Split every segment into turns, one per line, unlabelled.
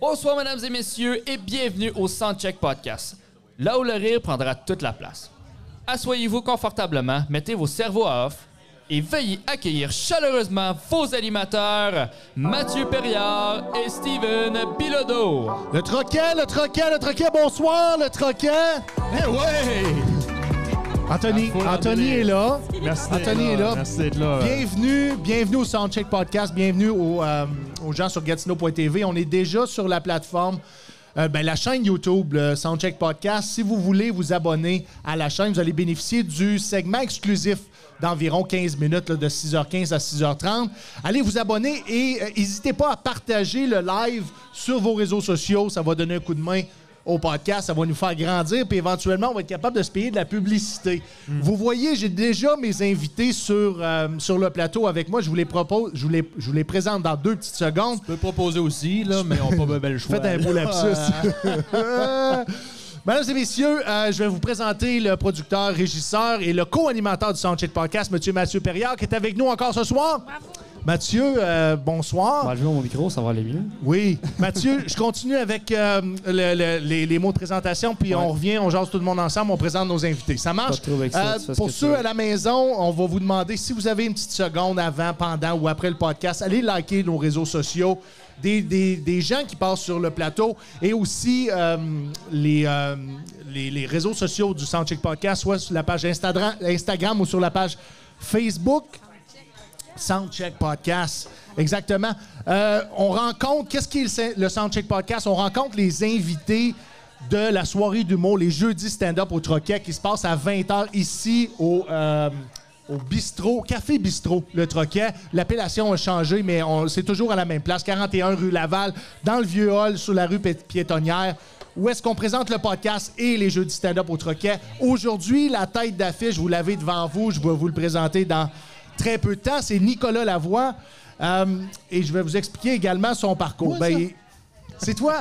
Bonsoir, mesdames et messieurs, et bienvenue au Soundcheck Podcast, là où le rire prendra toute la place. Assoyez-vous confortablement, mettez vos cerveaux à off et veuillez accueillir chaleureusement vos animateurs, Mathieu Perriard et Steven Bilodeau.
Le troquet, le troquet, le troquet, bonsoir, le troquet. Eh ouais! Anthony,
Ah, faut
Anthony
l'emmener.
est là.
Merci d'être
Anthony
là,
est là.
Merci d'être là.
Bienvenue, bienvenue au Soundcheck Podcast, bienvenue au, euh, aux gens sur Gatineau.tv. On est déjà sur la plateforme, euh, ben, la chaîne YouTube, le Soundcheck Podcast. Si vous voulez vous abonner à la chaîne, vous allez bénéficier du segment exclusif d'environ 15 minutes, là, de 6h15 à 6h30. Allez vous abonner et euh, n'hésitez pas à partager le live sur vos réseaux sociaux. Ça va donner un coup de main au podcast, ça va nous faire grandir, puis éventuellement, on va être capable de se payer de la publicité. Vous voyez, j'ai déjà mes invités sur, euh, sur le plateau avec moi. Je vous les propose, je vous les, je vous les présente dans deux petites secondes.
Tu peux proposer aussi, là, mais on n'a pas bel choix.
Faites un beau lapsus. Mesdames et messieurs, euh, je vais vous présenter le producteur, régisseur et le co-animateur du Soundcheck Podcast, M. Mathieu Perriard, qui est avec nous encore ce soir. Mathieu, euh, bonsoir.
Enlevez mon micro, ça va aller mieux.
Oui. Mathieu, je continue avec euh, le- le- les, les mots de présentation, puis on revient, on jase tout le monde ensemble, on présente nos invités. Ça marche? Euh,
Pas de trouble avec ça, tu fais ce
pour
que tu
ceux
veux.
à la maison, on va vous demander si vous avez une petite seconde avant, pendant ou après le podcast, allez liker nos réseaux sociaux. Des, des- des gens qui passent sur le plateau et aussi euh, les, euh, les, les réseaux sociaux du Soundcheck Podcast, soit sur la page Instagram, Instagram ou sur la page Facebook. Soundcheck Podcast. Exactement. Euh, on rencontre, qu'est-ce qui est le, le Soundcheck Podcast? On rencontre les invités de la soirée d'humour, les jeudis stand-up au Troquet, qui se passe à 20h ici au, euh, au bistrot, Café Bistrot, le Troquet. L'appellation a changé, mais on- c'est toujours à la même place, 41 rue Laval, dans le vieux hall, sur la rue Pi- piétonnière où est-ce qu'on présente le podcast et les jeux du stand-up au Troquet. Aujourd'hui, la tête d'affiche, vous l'avez devant vous, je vais vous le présenter dans très peu de temps. C'est Nicolas Lavoie. Euh, et je vais vous expliquer également son parcours. Ben, il- c'est toi.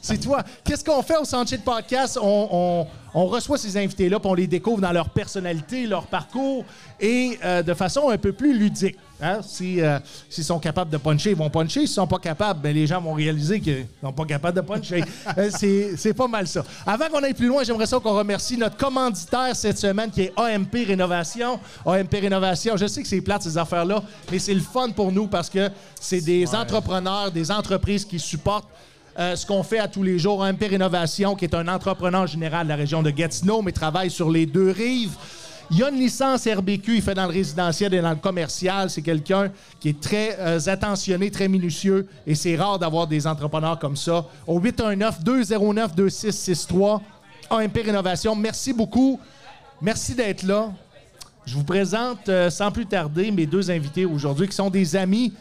C'est toi. Qu'est-ce qu'on fait au Sentier de Podcast? On, on- on reçoit ces invités-là, puis on les découvre dans leur personnalité, leur parcours, et euh, de façon un peu plus ludique. Hein? Si, euh, S'ils sont capables de puncher, ils vont puncher. S'ils sont pas capables, ben, les gens vont réaliser qu'ils sont pas capables de puncher. Euh, C'est c'est pas mal ça. Avant qu'on aille plus loin, j'aimerais ça qu'on remercie notre commanditaire cette semaine, qui est AMP Rénovation. AMP Rénovation, je sais que c'est plate, ces affaires-là, mais c'est le fun pour nous parce que c'est des entrepreneurs, des entreprises qui supportent euh, ce qu'on fait à tous les jours. MP Rénovation, qui est un entrepreneur général de la région de Gatineau, mais travaille sur les deux rives. Il a une licence RBQ, il fait dans le résidentiel et dans le commercial. C'est quelqu'un qui est très euh, attentionné, très minutieux, et c'est rare d'avoir des entrepreneurs comme ça. Au 819-209-2663, AMP Rénovation, Ah, merci beaucoup. Merci d'être là. Je vous présente euh, sans plus tarder mes deux invités aujourd'hui qui sont des amis.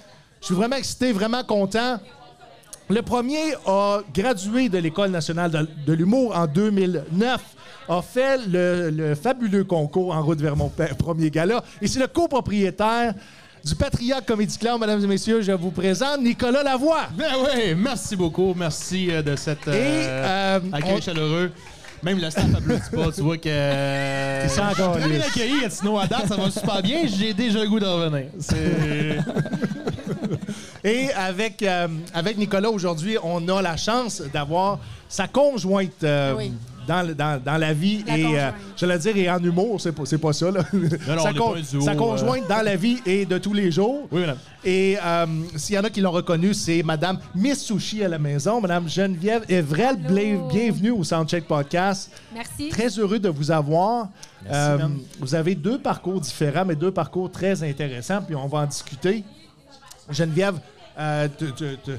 Je suis vraiment excité, vraiment content. Le premier a gradué de l'École nationale de, de l'humour en 2009, a fait le, le fabuleux concours en route vers mon pe- premier gala, et c'est le copropriétaire du Patriote Comedy Club, mesdames et messieurs, je vous présente Nicolas Lavoie.
Ben oui, merci beaucoup. Merci euh, de cette euh,
euh,
accueil
on-
chaleureux. Même le staff applaudit pas. Tu vois que... Ils
sont encore
Très bien
lisses.
accueilli, Gatineau, à date. Ça va super bien. J'ai déjà le goût d'en revenir. C'est...
Et avec, euh, avec Nicolas, aujourd'hui, on a la chance d'avoir sa conjointe euh,
Oui.
dans, le- dans- dans la vie.
La
et euh,
conjointe.
j'allais dire, et en humour, c'est pas, c'est pas ça. Là.
non, on
sa,
n'est pas un duo,
sa
euh.
conjointe dans la vie et de tous les jours.
Oui, madame.
Et euh, s'il y en a qui l'ont reconnue, c'est Madame Miss Sushi à la maison, Madame Geneviève Evrel.
Hello.
Bla- Bienvenue au Soundcheck Podcast.
Merci.
Très heureux de vous avoir. Euh, vous avez deux parcours différents, mais deux parcours très intéressants, puis on va en discuter. Geneviève, euh, tu- tu- tu-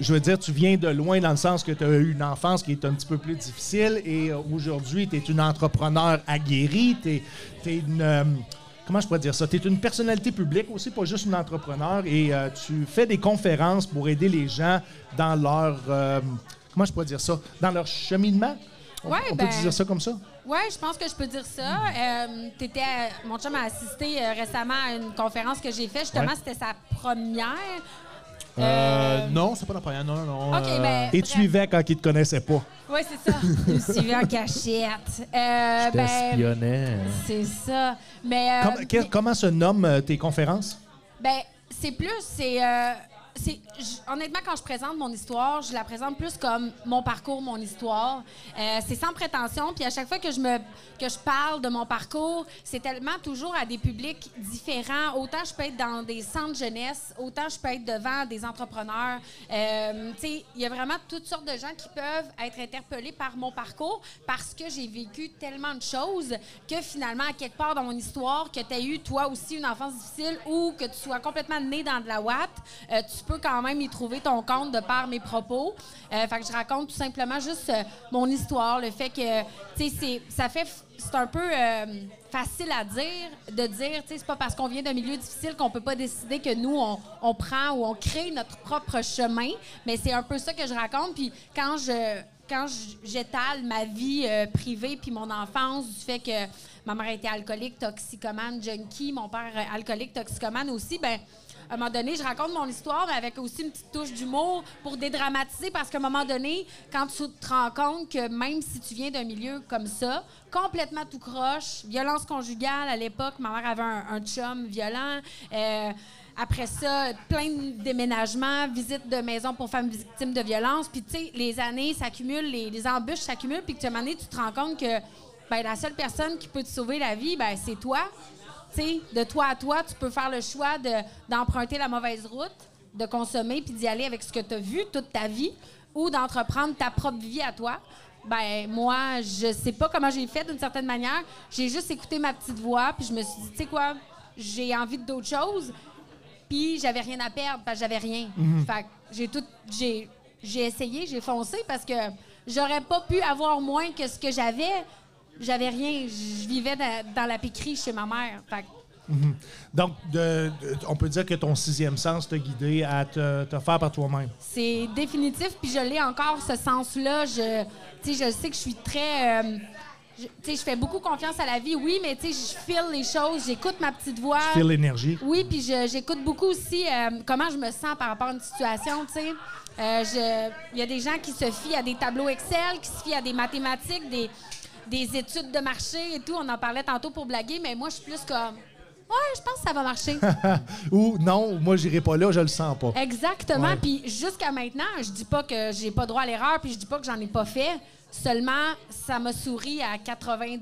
je veux dire, tu viens de loin dans le sens que tu as eu une enfance qui est un petit peu plus difficile et euh, aujourd'hui, tu es une entrepreneur aguerrie, tu es, une... euh, Comment je pourrais dire ça? Tu es une personnalité publique aussi, pas juste une entrepreneur, et euh, tu fais des conférences pour aider les gens dans leur. euh, comment je pourrais dire ça? Dans leur cheminement? On,
Ouais,
on peut
ben,
dire ça comme ça?
Oui, je pense que je peux dire ça. Euh, t'étais à- mon chum a assisté euh, récemment à une conférence que j'ai faite. Justement,
Ouais.
c'était sa première.
Euh, non, c'est pas la première. Non, non.
OK,
euh,
ben,
Et tu y vas quand ils te connaissaient pas.
Oui, c'est ça. Je me suis vu en cachette. Euh, ben,
Espionnais.
c'est ça. Mais, euh,
Comme- que-
mais-
comment se nomment euh, tes conférences?
ben, c'est plus, c'est euh, c'est- j- honnêtement, quand je présente mon histoire, je la présente plus comme mon parcours, mon histoire. Euh, c'est sans prétention. Puis à chaque fois que je me que je parle de mon parcours, c'est tellement toujours à des publics différents. Autant je peux être dans des centres jeunesse, autant je peux être devant des entrepreneurs. Euh, tu sais, il y a vraiment toutes sortes de gens qui peuvent être interpellés par mon parcours parce que j'ai vécu tellement de choses que finalement, à quelque part dans mon histoire, que tu as eu toi aussi une enfance difficile ou que tu sois complètement né dans de la ouate, euh, tu peux quand même y trouver ton compte de par mes propos. Euh, fait que je raconte tout simplement juste euh, mon histoire, le fait que, tu sais, c'est- ça fait, f- c'est un peu euh, facile à dire, de dire, tu sais, c'est pas parce qu'on vient d'un milieu difficile qu'on peut pas décider que nous, on, on prend ou on crée notre propre chemin, mais c'est un peu ça que je raconte. Puis quand je quand j- j'étale ma vie euh, privée puis mon enfance, du fait que ma mère était alcoolique, toxicomane, junkie, mon père euh, alcoolique, toxicomane aussi, ben à un moment donné, je raconte mon histoire, mais avec aussi une petite touche d'humour pour dédramatiser, parce qu'à un moment donné, quand tu te rends compte que même si tu viens d'un milieu comme ça, complètement tout croche, violence conjugale à l'époque, ma mère avait un, un chum violent, euh, après ça, plein de déménagements, visites de maisons pour femmes victimes de violences. Puis, tu sais, les années s'accumulent, les, les embûches s'accumulent. Puis, que, à un moment donné, tu te rends compte que ben, la seule personne qui peut te sauver la vie, ben, c'est toi. Tu sais, de toi à toi, tu peux faire le choix de- d'emprunter la mauvaise route, de consommer, puis d'y aller avec ce que tu as vu toute ta vie, ou d'entreprendre ta propre vie à toi. Ben moi, je sais pas comment j'ai fait d'une certaine manière. J'ai juste écouté ma petite voix, puis je me suis dit, tu sais quoi, j'ai envie d'autre chose. Puis j'avais rien à perdre parce que j'avais rien. Fait que j'ai tout j'ai j'ai essayé, j'ai foncé parce que j'aurais pas pu avoir moins que ce que j'avais. J'avais rien, je vivais dans, dans la piquerie chez ma mère. Fait que
Donc, de- de- on peut dire que ton sixième sens t'a guidé à te, te faire par toi-même.
c'est définitif, puis je l'ai encore, ce sens-là. Je, tu sais, je sais que je suis très... euh, je- tu sais, je fais beaucoup confiance à la vie, oui, mais tu sais, je file les choses, j'écoute ma petite voix.
Fais l'énergie.
Oui, puis je- j'écoute beaucoup aussi euh, comment je me sens par rapport à une situation, tu sais. Euh, je- Il y a des gens qui se fient à des tableaux Excel, qui se fient à des mathématiques, des, des études de marché et tout. On en parlait tantôt pour blaguer, mais moi, je suis plus comme... Ouais, je pense que ça va marcher.
Ou non, moi, j'irai pas là, je le sens pas.
Exactement.
Ouais.
Puis jusqu'à maintenant, je dis pas que j'ai pas droit à l'erreur, puis je dis pas que j'en ai pas fait. Seulement, ça m'a souri à 98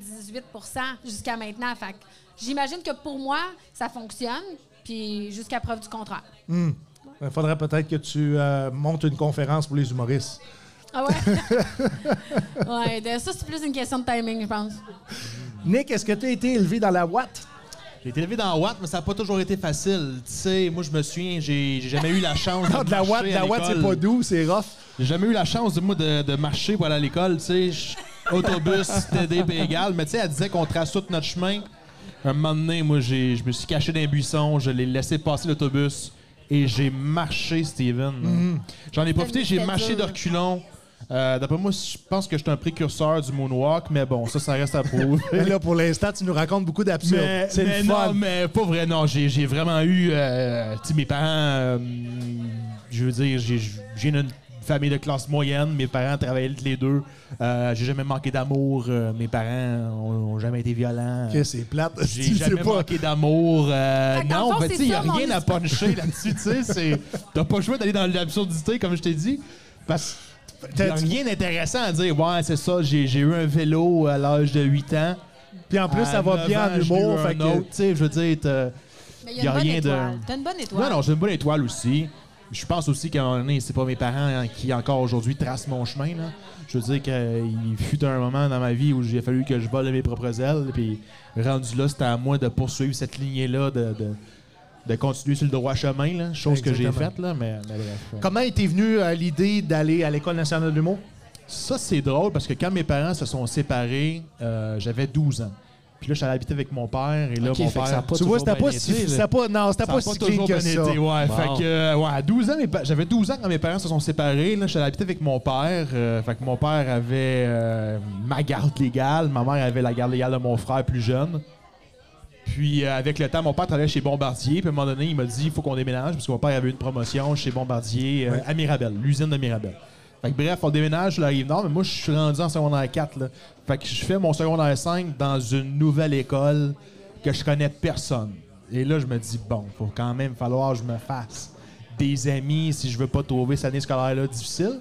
jusqu'à maintenant. Fait que j'imagine que pour moi, ça fonctionne, puis jusqu'à preuve du contraire.
Il faudrait peut-être que tu euh, montes une conférence pour les humoristes.
Ah ouais? ouais, de- ça, c'est plus une question de timing, je pense.
Nick, est-ce que tu as été élevé dans la ouate?
J'ai été élevé dans Watt, mais ça n'a pas toujours été facile. Tu sais, moi, je me souviens, j'ai j'ai jamais eu la chance de.
Non, de la
marcher
ouate, de
à
la ouate, c'est
l'école.
pas doux, c'est rough.
J'ai jamais eu la chance de moi de, de marcher pour aller à l'école, tu sais. Je- Autobus, TD, Bégal, mais tu sais, elle disait qu'on trace tout notre chemin. Un moment donné, moi, j'ai- je me suis caché dans un buisson, je l'ai laissé passer l'autobus et j'ai marché, Steven. J'en ai profité, j'ai
C'était
marché de
dur.
reculons. Euh, D'après moi, je pense que j'étais un précurseur du moonwalk, mais bon, ça, ça reste à prouver.
Mais là, pour l'instant, tu nous racontes beaucoup d'absurdes.
Mais,
C'est
mais
le fun.
Non, mais pas vrai, non. J'ai, j'ai vraiment eu. euh, tu sais, mes parents. euh, je veux dire, j'ai, j'ai une famille de classe moyenne. Mes parents travaillaient les deux. Euh, j'ai jamais manqué d'amour. Euh, mes parents ont, ont jamais été violents.
Que c'est plate.
J'ai
tu sais
jamais
pas.
manqué d'amour. euh,
Fait que dans le
non,
fond,
ben,
c'est
tu sais, il n'y a
ça, mon
rien à puncher là-dessus. Tu sais, c'est- t'as pas le choix d'aller dans l'absurdité, comme je t'ai dit. Parce que
T'as-
y a rien d'intéressant à dire. Ouais, c'est ça, j'ai, j'ai eu un vélo à l'âge de 8 ans.
Puis en plus,
À
ça va
neuf
bien
ans,
en
j'ai eu
humour.
un
Fait que-
autre, tu sais, je veux dire, t'as-
Mais
Y a rien de-
T'as une bonne étoile.
non, non, j'ai une bonne étoile aussi. Je pense aussi qu'à un moment donné, c'est pas mes parents hein, qui encore aujourd'hui tracent mon chemin. là. Je veux dire qu'il fut un moment dans ma vie où j'ai fallu que je vole mes propres ailes, puis rendu là, c'était à moi de poursuivre cette lignée-là, de, de, de continuer sur le droit chemin, là, chose que j'ai
Exactement.
faite, là, mais, mais bref.
Comment était venue euh, l'idée d'aller à l'École nationale de l'humour?
Ça, c'est drôle parce que quand mes parents se sont séparés, euh, j'avais 12 ans. Puis là, je suis allé habiter avec mon père, et là,
Ok,
mon
fait que
père...
ça a pas
tu vois,
toujours
c'était
bien
pas si,
été, là.
c'était pas, non, c'était
Ça
pas
a
si clean
toujours
que
bien
ça.
été, ouais.
Bon.
Fait que, euh, ouais, à 12 ans, mes pa- j'avais 12 ans quand mes parents se sont séparés. Là, j'étais habité avec mon père. euh, fait que mon père avait euh, ma garde légale. Ma mère avait la garde légale de mon frère plus jeune. Puis, euh, avec le temps, mon père travaillait chez Bombardier. Puis, à un moment donné, il m'a dit il faut qu'on déménage parce que mon père avait eu une promotion chez Bombardier euh, à Mirabel, l'usine de Mirabel. Fait que, bref, on déménage sur la rive nord, mais moi, je suis rendu en secondaire 4. Là. Fait que je fais mon secondaire 5 dans une nouvelle école que je connais personne. Et là, je me dis bon, faut quand même falloir que je me fasse des amis si je veux pas trouver cette année scolaire-là difficile.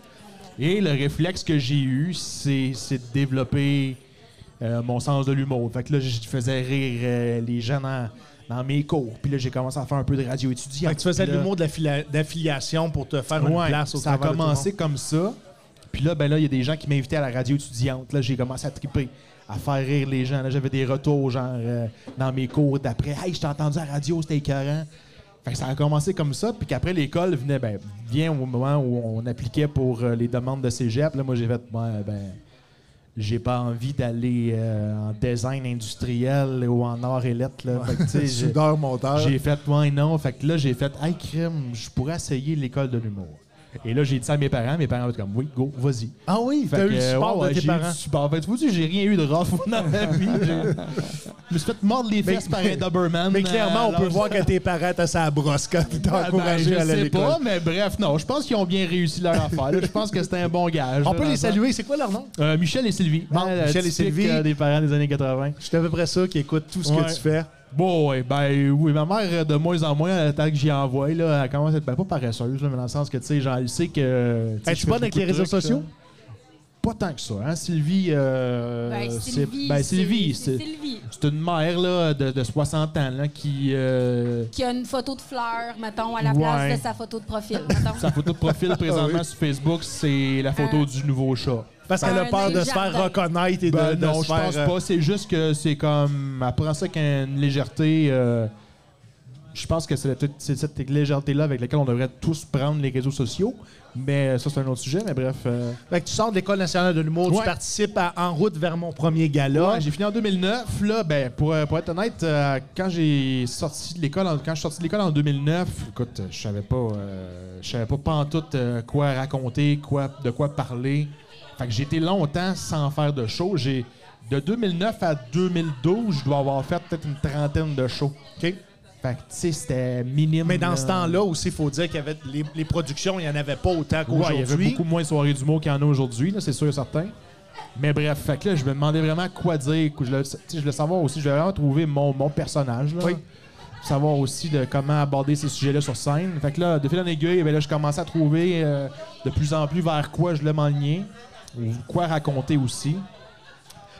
Et le réflexe que j'ai eu, c'est c'est de développer euh, mon sens de l'humour. Fait que là, je faisais rire euh, les gens dans, dans mes cours. Puis là, j'ai commencé à faire un peu de radio étudiante.
Fait que tu faisais de
Puis là-
l'humour de la fila- d'affiliation pour te faire une
Ouais,
place au
ça a
travers de tout le
commencé comme ça. Puis là, ben là, il y a des gens qui m'invitaient à la radio étudiante. Là, j'ai commencé à triper, à faire rire les gens. Là, j'avais des retours, genre, euh, dans mes cours d'après. Hey, je t'ai entendu à la radio, c'était écœurant. Fait que ça a commencé comme ça. Puis qu'après, l'école venait, ben, vient au moment où on appliquait pour euh, les demandes de cégep. Là, moi, j'ai fait, ben, ben, j'ai pas envie d'aller euh, en design industriel ou en art et lettres. Là. Fait que, tu sais,
monde.
j'ai-
Soudeur, monteur.
j'ai fait ouais non. Fait que là, j'ai fait Hey crime, je pourrais essayer l'école de l'humour. Et là, j'ai dit ça à mes parents. Mes parents étaient comme Oui, go, vas-y.
Ah oui,
Fait
t'as eu
que,
le support
ouais, ouais,
de tes
j'ai eu du
parents.
support. Fait que, tu vois, j'ai rien eu de rough dans ma vie. J'ai- Je me suis fait mordre les
Mais-
fesses par un Doberman.
Mais clairement,
euh,
on peut
alors-
voir que tes parents t'as sa brosse quand tu t'es
Ah, ben,
encouragé à
je
aller à
sais
l'école.
pas, mais bref, non. Je pense qu'ils ont bien réussi leur affaire. là. Je pense que c'était un bon gage.
On
là,
peut
dans
les
ça.
saluer. C'est quoi leur nom?
Euh, Michel et Sylvie.
Bon,
Euh,
Michel et
typique,
Sylvie.
euh, des parents des années 80.
Je suis à peu près sûr qu'ils écoutent tout ce
Ouais.
que tu fais.
Bon, ouais, ben oui, ma mère, euh, de moins en moins, à l'attaque que j'y envoie, là, elle commence à être ben, pas paresseuse, là, mais dans le sens que, tu sais, genre, elle sait que. sais,
Es-tu
je fais
bonne avec
beaucoup
les
de
réseaux sociaux?
là. Pas tant que ça, hein. Sylvie, euh,
Ben,
c'est-
Sylvie.
ben,
c'est-
Sylvie, c'est
c'est Sylvie.
c'est une mère, là, de, de 60 ans, là, qui. euh,
Qui a une photo de fleur, mettons, à la
Ouais.
place de sa photo de profil. mettons.
sa photo de
Ah
profil présentement sur Facebook, c'est la photo
Euh,
du nouveau chat.
Parce qu'elle a
Un
peur de se
jardin.
faire reconnaître et de,
Ben
de
non,
se
je
faire...
pense
euh,
pas. C'est juste que c'est comme. Elle prend ça qu'une légèreté. euh, je pense que c'est la- c'est cette légèreté-là avec laquelle on devrait tous prendre les réseaux sociaux. Mais euh, ça, c'est un autre sujet. Mais bref. euh,
Fait que tu sors de l'École nationale de l'humour, tu
Ouais.
participes à En route vers mon premier gala.
ouais, j'ai fini en 2009. Là, ben, pour, euh, pour être honnête, euh, quand j'ai sorti de l'école, en- quand je suis sorti de l'école en 2009, écoute, je savais pas, euh, je savais pas pantoute euh, quoi raconter, quoi, de quoi parler. Fait que j'ai été longtemps sans faire de show. J'ai de 2009 à 2012, je dois avoir fait peut-être une trentaine de shows.
OK.
Fait que, tu sais, c'était minime.
Mais dans ce
euh,
temps-là aussi, il faut dire qu'il y avait les, les productions, il n'y en avait pas autant
ouais, il y avait
qu'aujourd'hui.
beaucoup moins de soirées d'humour qu'il y en a aujourd'hui, là, c'est sûr et certain. Mais bref, fait que là, je me demandais vraiment quoi dire. que Je voulais, tu sais, je voulais savoir aussi, je voulais vraiment trouver mon, mon personnage. Là,
Oui.
Savoir aussi de comment aborder ces sujets-là sur scène. Fait que là, de fil en aiguille, ben là, je commençais à trouver euh, de plus en plus vers quoi je voulais m'enligner, ou quoi raconter aussi.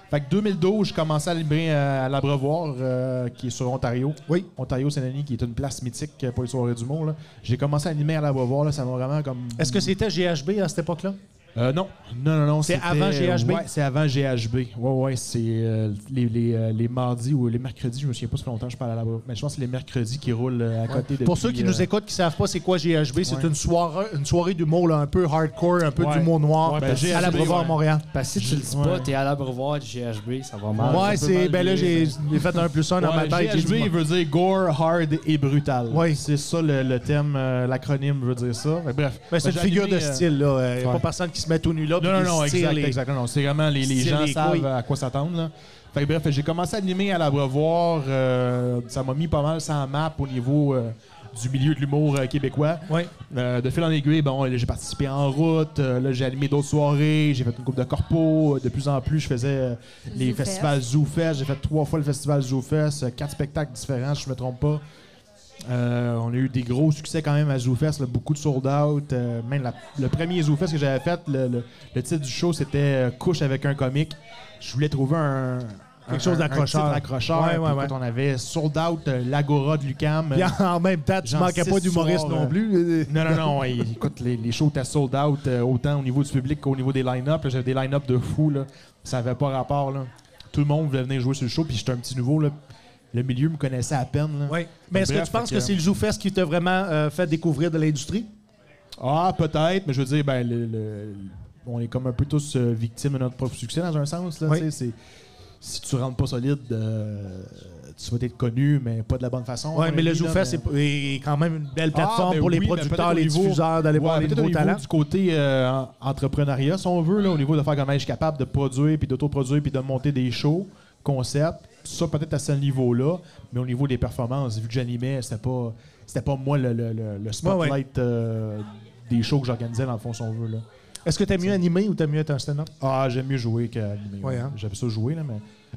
Fait que 2012, je commençais à livrer euh, à l'Abreuvoir, euh, qui est sur Ontario.
Oui.
Ontario Saint-Denis, qui est une place mythique pour les soirées du monde. J'ai commencé à animer à l'Abreuvoir, là, ça m'a vraiment comme.
Est-ce que c'était GHB à cette époque-là?
Euh, non, non, non, non.
C'est
c'était- euh,
avant GHB?
Ouais, c'est avant GHB. Ouais, ouais, c'est euh, les, les, euh, les mardis ou les mercredis, je me souviens pas ça fait longtemps que je parle à la mais je pense que c'est les mercredis qui roulent euh, à côté de.
Pour ceux qui nous écoutent, qui ne savent pas c'est quoi GHB, c'est
Ouais.
une soirée, une soirée d'humour là, un peu hardcore, un peu
Ouais.
d'humour noir
Ouais, ben,
à la
GHB,
Brevoir à
ouais.
Montréal.
Parce que si tu le dis pas,
Ouais.
t'es à l'abreuvoir du GHB, ça va mal.
Ouais,
Ça peut
c'est.
mal
Ben là,
virer.
j'ai j'ai fait un plus un dans
euh,
ma tête. j'ai
GHB
dit, ben,
il veut dire gore, hard et brutal.
Ouais.
C'est ça le, le thème, euh, l'acronyme veut dire ça. Mais bref.
Ben, c'est
Ben,
une
j'ai
figure de
animé, euh,
style, là. Il n'y a
ouais.
pas personne qui se met tout nu là. puis
Non, non,
qui
non,
se tire
exact,
les-
exact. Non, non, c'est vraiment les, les
Tire
gens
les
savent
couilles.
à quoi s'attendre. là. Fait que bref, j'ai commencé à animer à l'abreuvoir. euh, ça m'a mis pas mal sans map au niveau euh, du milieu de l'humour euh, québécois.
Ouais.
Euh, de fil en aiguille, bon, là, j'ai participé en route, euh, là, j'ai animé d'autres soirées, j'ai fait une coupe de corpo. euh, De plus en plus, je faisais euh, les
Zoofest.
festivals ZooFest. J'ai fait trois fois le festival ZooFest, euh, quatre spectacles différents, si je me trompe pas. Euh, on a eu des gros succès quand même à ZooFest, là, beaucoup de sold out. euh, même la- le premier ZooFest que j'avais fait, le, le- le titre du show c'était euh, Couche avec un comique. Je voulais trouver un.
Quelque
un-
chose d'accrocheur.
un titre accrocheur.
Ouais, ouais,
Puis, écoute,
ouais.
On avait sold out euh, l'Agora de Lucam. euh,
Puis en même temps, tu
Genre
manquais pas
six
d'humoriste
soirs,
non
euh,
plus.
Non, non, non. ouais, écoute, les, les shows étaient sold out euh, autant au niveau du public qu'au niveau des line-up. là. J'avais des line-up de fous. Là. Ça avait pas rapport. Là. Tout le monde voulait venir jouer sur le show. Puis j'étais un petit nouveau. Là. Le milieu me connaissait à peine. là.
Oui. Mais est-ce que
Bref,
tu penses
fait
que
que- euh,
c'est le ZooFest qui t'a vraiment euh, fait découvrir de l'industrie?
Ah, peut-être. Mais je veux dire, ben, le- le- on est comme un peu tous euh, victimes de notre propre succès dans un sens. Là,
Oui.
tu sais, c'est- si tu rentres pas solide, euh, tu vas être connu, mais pas de la bonne façon.
Oui, mais le
fait
ZooFest c'est est quand même une belle plateforme
Ah, ben
pour les
oui, mais peut-être
producteurs,
au
les
niveau-
diffuseurs, d'aller
Ouais,
voir les
peut-être au
nouveaux
niveau
talents.
du côté euh, en- entrepreneuriat, si on veut, là, au niveau de faire comment je suis capable de produire, puis d'autoproduire, puis de monter des shows, concepts, ça peut-être à ce niveau-là, mais au niveau des performances, vu que j'animais, c'était pas, c'était pas moi le, le- le- le spotlight
Ouais, ouais.
euh, des shows que j'organisais, dans le fond, si on veut. Là.
Est-ce que t'aimes mieux animer ou t'aimes mieux être un stand-up?
Ah, j'aime mieux jouer qu'animer.
Ouais, hein.
J'aime ça jouer, là, mais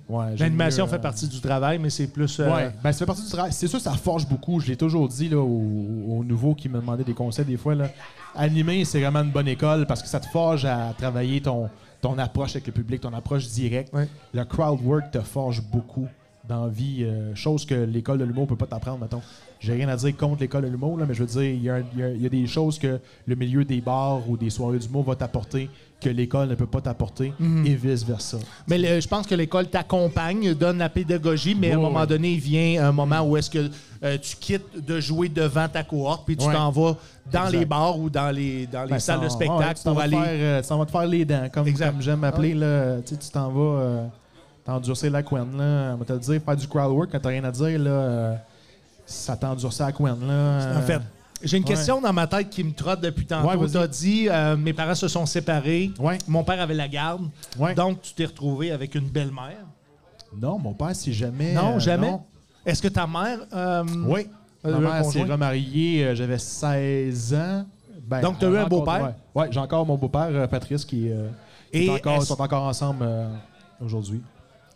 Ouais, j'aime
L'animation
mieux,
fait
euh,
partie du travail, mais c'est plus. euh,
Ouais, ben ça fait partie du travail. C'est sûr, ça forge beaucoup. Je l'ai toujours dit là, aux, aux nouveaux qui me demandaient des conseils des fois. Là. Animer, c'est vraiment une bonne école parce que ça te forge à travailler ton, ton approche avec le public, ton approche directe.
Ouais.
Le crowd work te forge beaucoup dans la vie, euh, chose que l'école de l'humour peut pas t'apprendre, mettons. J'ai rien à dire contre l'école de l'humour, là, mais je veux dire, il y a, il y a- il y a des choses que le milieu des bars ou des soirées d'humour va t'apporter que l'école ne peut pas t'apporter et vice-versa.
Mais le- je pense que l'école t'accompagne, donne la pédagogie, mais à un
Oui,
moment
oui.
donné, il vient un moment où est-ce que euh, tu quittes de jouer devant ta cohorte, puis tu
Ouais.
t'en vas dans
Exact.
les bars ou dans les, dans les
Ben,
salles de
sans-
spectacle
ouais, tu t'en
pour
vas te
aller.
faire, euh, tu t'en vas te faire les dents, comme,
Exact. Ah
comme j'aime appeler. là, euh, tu sais, tu t'en vas euh, t'endurcir la couenne. Là. On va te le dire, faire du crowd work quand t'as rien à dire, là, euh, ça t'endurcit la couenne. Là,
En fait, j'ai une
euh, ouais.
question dans ma tête qui me trotte depuis
Ouais,
tantôt.
vas-y.
tu as dit, euh, mes parents se sont séparés.
Ouais.
Mon père avait la garde.
Ouais.
Donc, tu t'es retrouvé avec une belle-mère.
Non, mon père, si jamais.
non,
euh,
jamais.
non.
Est-ce que ta mère... euh,
Oui.
Euh,
Ma
le
mère s'est
conjoint.
remariée, euh, j'avais 16 ans. Ben,
Donc, t'as eu
on a
un
encore-
beau-père?
Ouais, Ouais, j'ai encore mon beau-père, euh, Patrice, qui, euh, qui
Et
est encore,
est-ce-
sont encore ensemble euh, aujourd'hui.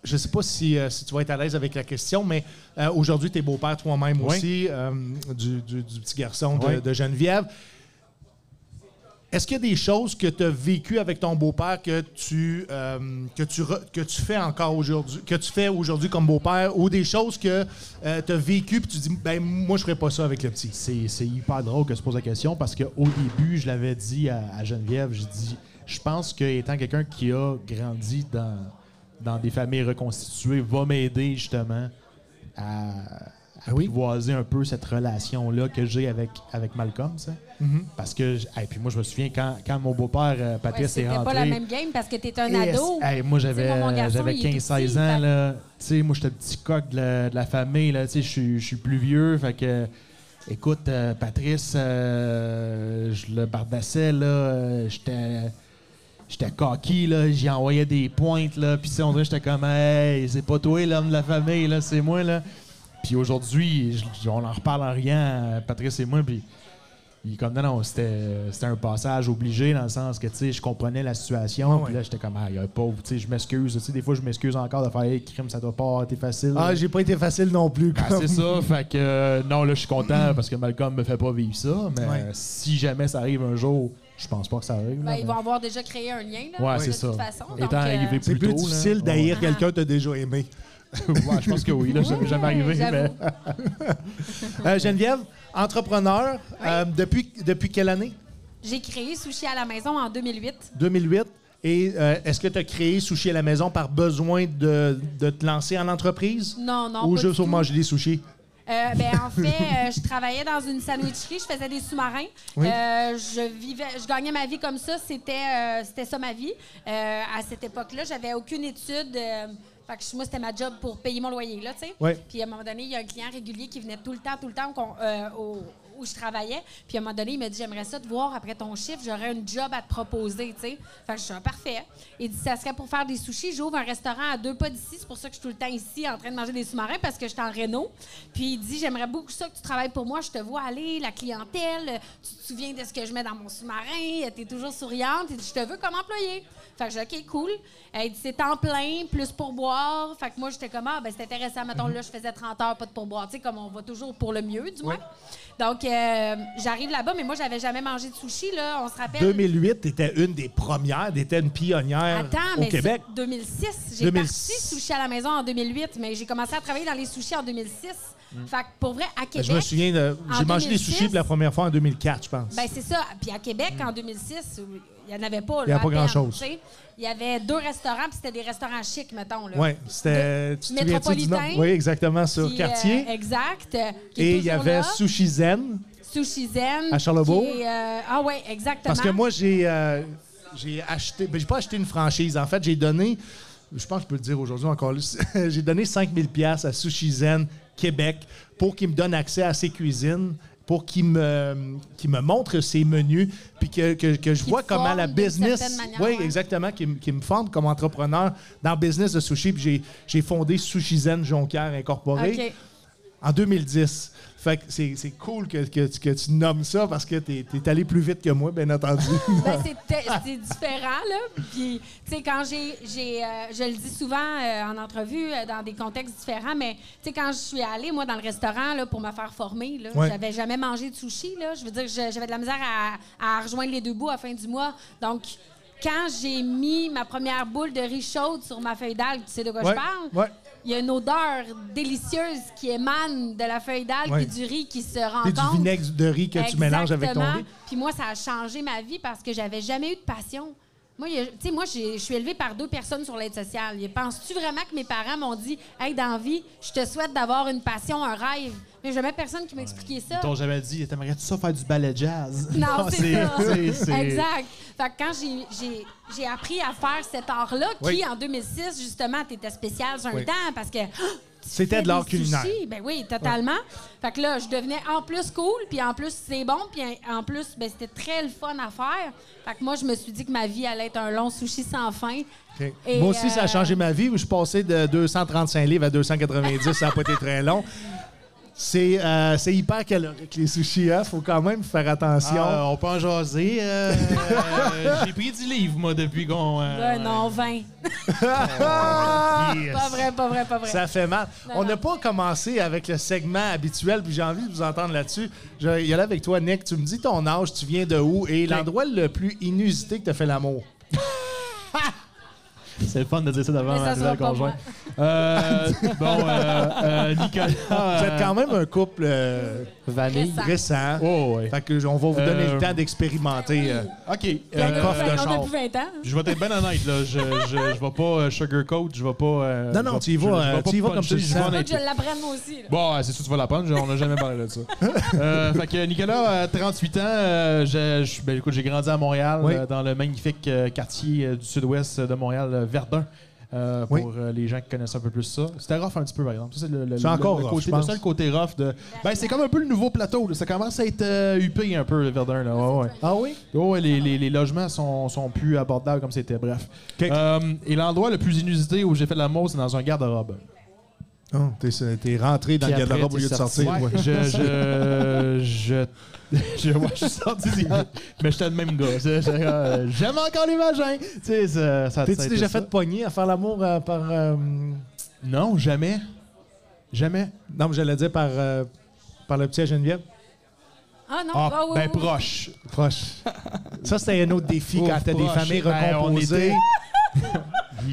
Je sais pas si, euh, si tu vas être à l'aise avec la question, mais euh, aujourd'hui, tu es beau-père toi-même
Oui.
aussi, euh, du, du- du petit garçon de,
Oui.
de Geneviève. Est-ce qu'il y a des choses que tu as vécues avec ton beau-père que tu, euh, que, tu re- que tu fais encore aujourd'hui, que tu fais aujourd'hui comme beau-père, ou des choses que tu as vécues et tu dis, ben moi, je ferais pas ça avec le petit?
c'est, c'est hyper drôle que se pose la question parce qu'au début, je l'avais dit à, à Geneviève, j'ai dit, je pense que étant quelqu'un qui a grandi dans, dans des familles reconstituées, va m'aider justement à, à apprivoiser un peu cette relation-là que j'ai avec, avec Malcolm. tu sais. Parce que, j- hey, puis moi, je me souviens quand, quand mon beau-père, euh,
Ouais,
Patrice, est
C'était
rentré.
pas la même game parce que t'es un
Yes.
ado.
Hey, moi, j'avais, euh,
Tu sais, moi, mon garçon,
j'avais
il est tout
15-16
petit,
ans.
fait-
Là. Tu sais, moi, j'étais le petit coq de la, de la famille. Là. Tu sais, Je suis- je suis plus vieux. Fait que, écoute, euh, Patrice, euh, je le bardassais. Là. Euh, J'étais. J'étais coquille, là, j'y envoyais des pointes, là, puis tu sais, on dirait que j'étais comme « Hey, c'est pas toi l'homme de la famille, là, c'est moi, là. » Puis aujourd'hui, je- on en reparle en rien, Patrice et moi, puis il est comme non, non, c'était c'était un passage obligé dans le sens que tu sais, je comprenais la situation. Puis là, j'étais comme ah, il y a pauvre, tu sais, je m'excuse. Tu sais, des fois, je m'excuse encore de faire hey, crime, ça doit pas avoir été facile.
Ah, j'ai pas été facile non plus.
Ah, c'est ça, fait que euh, non, là, je suis content parce que Malcolm me fait pas vivre ça. Mais
Ouais.
euh, si jamais ça arrive un jour, je pense pas que ça arrive.
Ben,
là,
ils
mais-
vont avoir déjà créé un lien, là,
Ouais,
de
c'est ça.
toute façon.
Étant
donc, euh,
arrivé
C'est
plus,
plus
tôt, là.
difficile d'haïr
Ouais.
quelqu'un que tu as déjà aimé.
Ouais, je pense que oui, là, ça m'est jamais arrivé.
Ouais,
Mais...
j'avoue.
Euh, Geneviève, entrepreneur, euh, depuis, depuis quelle année?
J'ai créé Sushi à la maison en 2008.
2008. Et euh, est-ce que tu as créé Sushi à la maison par besoin de, de te lancer en entreprise?
Non, non,
Ou
pas
juste
du
pour
tout.
manger des sushis?
Euh, ben, en fait, euh, je travaillais dans une sandwicherie, je faisais des sous-marins.
Oui.
Euh, je vivais, je gagnais ma vie comme ça, c'était euh, c'était ça ma vie. Euh, à cette époque-là, j'avais aucune étude. euh, fait que moi, c'était ma job pour payer mon loyer, là, tu sais.
Oui.
Puis à un moment donné, il y a un client régulier qui venait tout le temps, tout le temps qu'on- euh, au- où je travaillais. Puis à un moment donné, il m'a dit J'aimerais ça te voir après ton chiffre, j'aurais un job à te proposer, tu sais. Fait que je suis un parfait. Il dit Ça serait pour faire des sushis. J'ouvre un restaurant à deux pas d'ici. C'est pour ça que je suis tout le temps ici en train de manger des sous-marins parce que je suis en Réno. Puis il dit J'aimerais beaucoup ça que tu travailles pour moi. Je te vois aller, la clientèle. euh, Tu te souviens de ce que je mets dans mon sous-marin. Tu es toujours souriante. Il dit Je te veux comme employé. Fait que j'ai dit, OK, cool. Euh, il dit, c'est temps plein, plus pourboire. Fait que moi, j'étais comme, ah, ben, c'est intéressant. Mettons,
Mhm.
là, je faisais 30 heures, pas de pourboire. Tu sais, comme on va toujours pour le mieux, du moins. Donc, euh, j'arrive là-bas, mais moi, j'avais jamais mangé de sushi, là. On se rappelle.
2008, tu étais une des premières, tu étais une pionnière
Attends,
au
mais
Québec.
c'est 2006. J'ai
2006.
parti sushi à la maison en 2008, mais j'ai commencé à travailler dans les sushis en 2006. Fait que pour vrai, à
Ben,
Québec.
je me souviens, de-
en
j'ai mangé des
2006,
sushis pour la première fois en 2004, je pense.
Ben, c'est ça. Puis à Québec, en 2006, il n'y en avait pas.
Il y
là,
a
à
pas
peine,
grand-chose.
tu sais. Il y avait deux restaurants, puis c'était des restaurants chics, mettons. Là.
oui, c'était. tu te souviens-tu du nom?
Métropolitain.
Oui, exactement, sur
Puis, euh,
quartier.
exact. euh, qui est
et il y
toujours
avait
là.
Sushi Zen.
Sushi Zen.
À Charlebourg?
qui est, euh, ah ouais, exactement.
Parce que moi, j'ai euh, j'ai acheté. Ben, j'ai pas acheté une franchise. En fait, j'ai donné. Je pense que je peux le dire aujourd'hui encore. là, j'ai donné 5000 pièces à Sushi Zen Québec pour qu'ils me donnent accès à ses cuisines, pour qu'ils me, qu'ils me montrent ses menus, puis que, que- que je
Qu'ils
vois
te
comment la
forment d'une
business.
certaine manière,
oui,
ouais.
exactement, qui, me- qui me forme comme entrepreneur dans le business de sushi. Puis j'ai- j'ai fondé Sushi Zen Jonquière Incorporé.
OK.
en 2010. Fait que c'est c'est cool que, que tu- que tu nommes ça parce que t'es es allé plus vite que moi, bien entendu.
Ben, c'était- c'est différent, là. Puis, tu sais, quand j'ai. j'ai, euh, je le dis souvent euh, en entrevue, euh, dans des contextes différents, mais, tu sais, quand je suis allée, moi, dans le restaurant, là, pour me faire former, là,
Ouais.
j'avais jamais mangé de sushi, là. Je veux dire, je- j'avais de la misère à, à rejoindre les deux bouts à la fin du mois. Donc, quand j'ai mis ma première boule de riz chaude sur ma feuille d'algue, tu sais de quoi
Ouais,
je parle?
ouais.
Il y a une odeur délicieuse qui émane de la feuille d'algue
Ouais.
et du riz qui se
C'est du
rencontre.
vinaigre de riz que tu mélanges avec ton riz.
Exactement. Puis moi, ça a changé ma vie parce que j'avais jamais eu de passion. Moi, il y a- tu sais, moi, j'ai- je suis élevée par deux personnes sur l'aide sociale. Et Penses-tu vraiment que mes parents m'ont dit, hey, dans la vie, je te souhaite d'avoir une passion, un rêve? Mais jamais personne qui m'expliquait ça.
Dont j'avais dit, t'aimerais tout ça faire du ballet jazz?
Ah,
Ah,
Non, c'est ça.
c'est- c'est-
Exact. Fait que quand j'ai- j'ai- j'ai appris à faire cet art-là, qui en 2006, justement, t'étais spécial sur un
Oui.
temps parce que. ah, tu
C'était
fais
de l'art
des sushis.
culinaire.
Ben oui, totalement. Fait que là, je devenais en plus cool, puis en plus, c'est bon, puis en plus, ben, c'était très le fun à faire. Fait que moi, je me suis dit que ma vie allait être un long sushi sans fin.
OK.
Et,
Moi aussi, ça a
euh,
changé ma vie. où Je suis passé de 235 livres à 290. ça n'a pas été très long. C'est euh, c'est hyper calorique, les sushis. Il faut quand même faire attention.
Ah, on peut en jaser. euh, euh, J'ai pris 10 livres, moi, depuis qu'on. euh,
Ben non, 20.
Oh, Yes.
Pas vrai, pas vrai, pas vrai.
Ça fait mal.
Non,
on n'a
non.
pas commencé avec le segment habituel, puis j'ai envie de vous entendre là-dessus. Je vais y aller avec toi, Nick. Tu me dis ton âge, tu viens de où et l'endroit le plus inusité que tu as fait l'amour.
C'est le fun de dire ça devant
Mais ça
ma
sera
nouvelle
pas
conjointe. Euh, bon, euh, euh, Nicolas.
Ah, Vous êtes quand même un couple euh,
Vanille.
Récent.
récent.
Oh, ouais.
Fait que, on va vous donner
Euh,
le temps d'expérimenter. euh,
OK.
Puis on a
euh,
plus
coffre de
20 on a
char.
plus 20 ans.
Je vais être bien honnête, là. Je, je, je vais pas euh, sugarcoat, je vais pas. euh,
Non, non,
je vais-
tu y vas,
je- je
euh,
vais pas
tu y vas comme
puncher,
tu le
je vais
sens.
Faut
honnête.
que je l'apprenne moi aussi. là.
Bon, ouais, c'est sûr, tu vas la prendre. On n'a jamais parlé de ça. Euh, fait que Nicolas, euh, 38 ans, euh, je- je- ben, écoute, j'ai grandi à Montréal,
Oui.
euh, dans le magnifique euh, quartier euh, du sud-ouest de Montréal, euh, Verdun. euh, pour
Oui.
euh, les gens qui connaissent un peu plus ça. C'était rough un petit peu, par exemple. Ça, c'est le, le-
C'est
le-
encore
le
rough,
côté-
je
le
pense.
seul côté rough. De... Ben, c'est comme un peu le nouveau plateau. là. Ça commence à être euh, huppé un peu, le Verdun. Là. Ouais, ouais.
Ah oui?
Oh, ouais, les, les- les logements sont, sont plus abordables comme c'était, bref.
Ok.
Euh, et l'endroit le plus inusité où j'ai fait de l'amour, c'est dans un garde-robe. Ah,
Oh, t'es, t'es rentré dans
Puis
le
après,
garde-robe au
t'es
lieu de
sorti.
sortir.
Ouais,
ouais.
je, je, je, je, ouais, je suis sorti, du- mais j'étais le même gars. Je- je- euh, J'aime encore les vagins. Tu sais, ça, ça- ça a
T'es-tu
été
déjà
ça.
fait pogner à faire l'amour euh, par. euh,
Non, jamais. Jamais.
non, mais j'allais dire par, euh, par le petit à Geneviève.
Ah non,
Ah,
ah oui,
ben
oui, oui.
proche.
Proche. Ça, c'était un autre défi
Ouf,
quand t'as des
proche.
familles
Ben, on
recomposées.
était-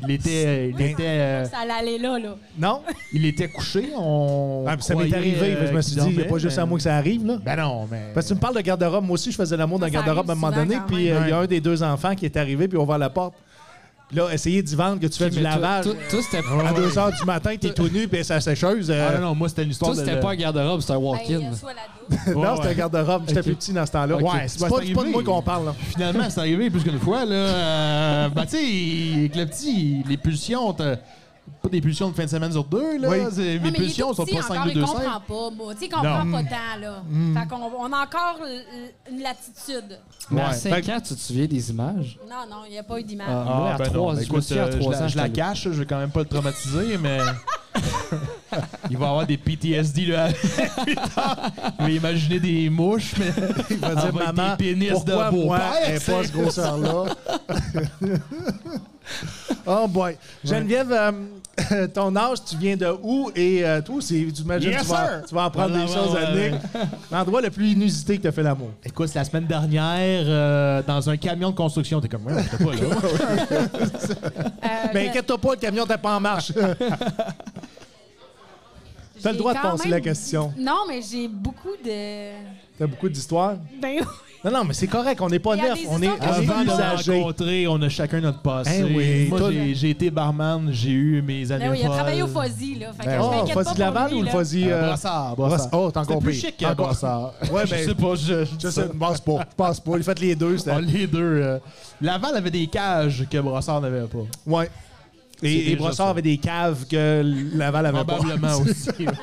Il était, il
Oui,
était, euh,
Ça allait là, là.
Non?
il était couché. On
Ah, puis ça m'est
croyait,
arrivé.
euh,
je me suis
qu'il
dit, il n'y a
dormait,
pas juste
mais-
à moi que ça arrive. Là.
Ben non, mais.
Parce que tu me parles de garde-robe. Moi aussi, je faisais l'amour dans le
Ça, ça
garde-robe à un
arrive
moment
souvent
donné.
quand
Puis
même.
euh, il y a un des deux enfants qui est arrivé, puis on ouvert la porte. Puis Là, essayer d'y vendre que tu fais
Mais
du
toi-
lavage.
toi- toi, c'était
À
pas-
2 h du matin, t'es tout nu, puis ça sécheuse. euh,
Ah non, non, moi c'était une histoire.
toi,
de-
c'était pas un garde-robe, c'était un
Ben,
walk-in.
euh, soit la douche.
Ouais,
non, c'était un
ouais.
garde-robe. J'étais plus petit dans ce temps-là.
Ok.
Ouais, c'est
C'est
pas,
pas
c'est pas de
arrivé.
moi qu'on parle. là.
Finalement, c'est arrivé plus qu'une fois, là. Euh, ben, tu sais, avec le petit, les pulsions, t'as pas des pulsions de fin de semaine sur deux, là.
Oui.
C'est- Mes
Non, mais il est
pulsions
tout
sont
petit
pas
encore,
5, 2,
Il
2, 5.
comprend pas, moi. Tu sais, il comprend pas tant, là.
Mm.
Fait qu'on on a encore l- l- une latitude.
Mais à
Ouais.
5
Fait que-
ans, tu te souviens des images?
Non, non, il n'y a pas eu d'image.
Ah, moi, à
ben
trois-
ben
je me
écoute,
souviens, à
euh, je
trois
la-
ans,
je la
j'étais là.
cache, je vais quand même pas le traumatiser, mais. Il va avoir des PTSD, là. Il va imaginer des mouches, mais.
Il va dire,
Avec des
maman,
pénis de
pourquoi moi,
beau-père,
elle est
c'est-
pas ce grosseur-là? oh boy. Geneviève, euh, ton âge, tu viens de où? Et euh, toi aussi, tu imagines
Yes,
tu, vas,
sir!
tu vas apprendre
Ouais,
des
ouais,
choses à
ouais,
Nick. L'endroit le plus inusité que tu as fait l'amour.
Écoute, la semaine dernière, euh, dans un camion de construction, t'es comme, ouais, j'étais pas là.
Euh,
Mais
je-
Ben, inquiète-toi pas, le camion t'es pas en marche. T'as le
j'ai
droit de
quand
penser
même-
la question.
Non, mais j'ai beaucoup de.
T'as beaucoup d'histoires.
Ben,
Non, non, mais c'est correct, on n'est pas
Il y a
neuf,
des
on est,
histoires que
on
je
est
Avant de
usagé.
nous rencontrer, on a chacun notre passé.
Eh oui,
Moi,
toi-
j'ai- j'ai été barman, j'ai eu mes années
ben oui, il a
folles.
travaillé au Fuzzy, là. Fait que je
Oh,
m'inquiète pas
Fuzzy
pour
de Laval
lui,
ou le
là.
Fuzzy...
Euh,
euh,
brassard, brassard.
Oh, t'es encore
C'était plus
pire.
chic qu'un
Encore-
brassard.
Ouais, ben,
je
mais-
sais pas, je, je,
Je sais, je pense pas, je pense pas. Il fait les deux, c'était...
Ah, les deux. euh, Laval avait des cages que Brassard n'avait pas.
Ouais.
C'est
Et, et
déjà
Brossard
ça.
avait des caves que Laval avait pas.
Probablement aussi. ouais.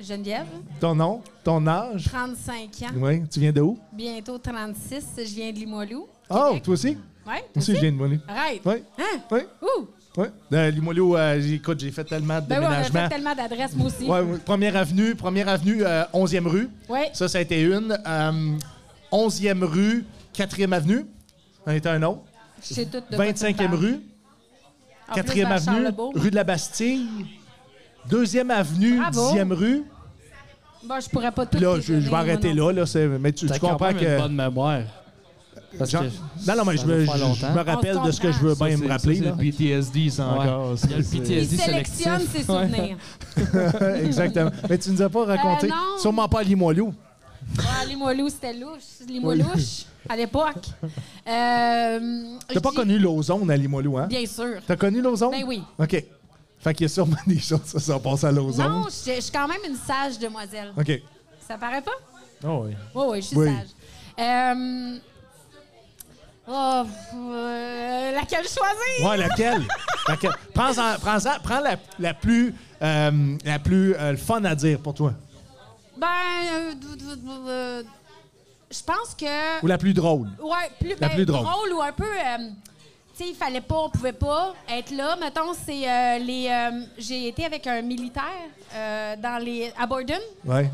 Geneviève,
Ton nom, ton âge.
35 ans,
Oui, tu viens de où?
bientôt 36. Je viens de Limoilou.
Oh,
Québec.
toi aussi? Moi
Ouais, toi
aussi, je
aussi?
viens de Monet.
Right.
Oui.
Hein?
Oui.
Ouh!
Ouais. Euh, Limoilou, euh, j'ai- écoute, j'ai fait tellement de
Ben oui, on a
déménagements.
fait tellement d'adresses, moi aussi.
Ouais, ouais, première avenue, première avenue, euh, 11e rue.
Ouais.
Ça, ça a été une. Euh, 11e rue, 4e avenue. Ça a été un autre.
Je sais tout de quoi tu
25e
parles.
rue,
En plus,
4e
vers
avenue,
Charlebourg.
rue de la Bastille, 2e avenue,
Bravo.
10e rue.
Bon, je pourrais pas tout.
Puis là,
te
je, je vais
donner,
arrêter
moi, non
là. là c'est- mais tu, tu
T'as quand
comprends
même
que.
une bonne mémoire. Parce
Genre-
que
non, non, mais
ça
je
va
me,
faire
je- je
longtemps.
me rappelle
On se
de ce que je veux
Ça,
bien
c'est-
me
ça,
rappeler.
c'est
là.
le PTSD, ça
Ouais.
encore.
Il y a le
Ça, c'est-
plus.
PTSD
Il sélectionne
sélectif.
ses souvenirs.
Exactement. Mais tu nous as pas raconté.
Euh, non.
Sûrement pas à Limoilou.
Ah, les moilous, c'était louche. Les moilouches, à l'époque. Euh, je
T'as pas
dis-
connu l'ozone à Limoilou, hein?
Bien sûr.
T'as connu l'ozone?
Ben oui.
OK. Fait qu'il y a sûrement des choses qui se sont passées à l'ozone.
Non, je je suis quand même une sage demoiselle.
OK.
Ça paraît pas?
Oh, oui.
Oui, oui, je suis
Oui.
sage. Euh, oh, euh, laquelle choisir?
Ouais, laquelle? laquelle? Prends-en- prends-en- prends la, la plus, euh, la plus euh, fun à dire pour toi.
Ben, euh, d- d- d- euh, je pense que.
Ou la plus drôle.
Ouais, plus,
La
ben,
plus drôle.
ou un peu. euh, tu sais, il fallait pas, on pouvait pas être là. Mettons, c'est euh, les. euh, J'ai été avec un militaire euh, dans les. à Borden.
Ouais.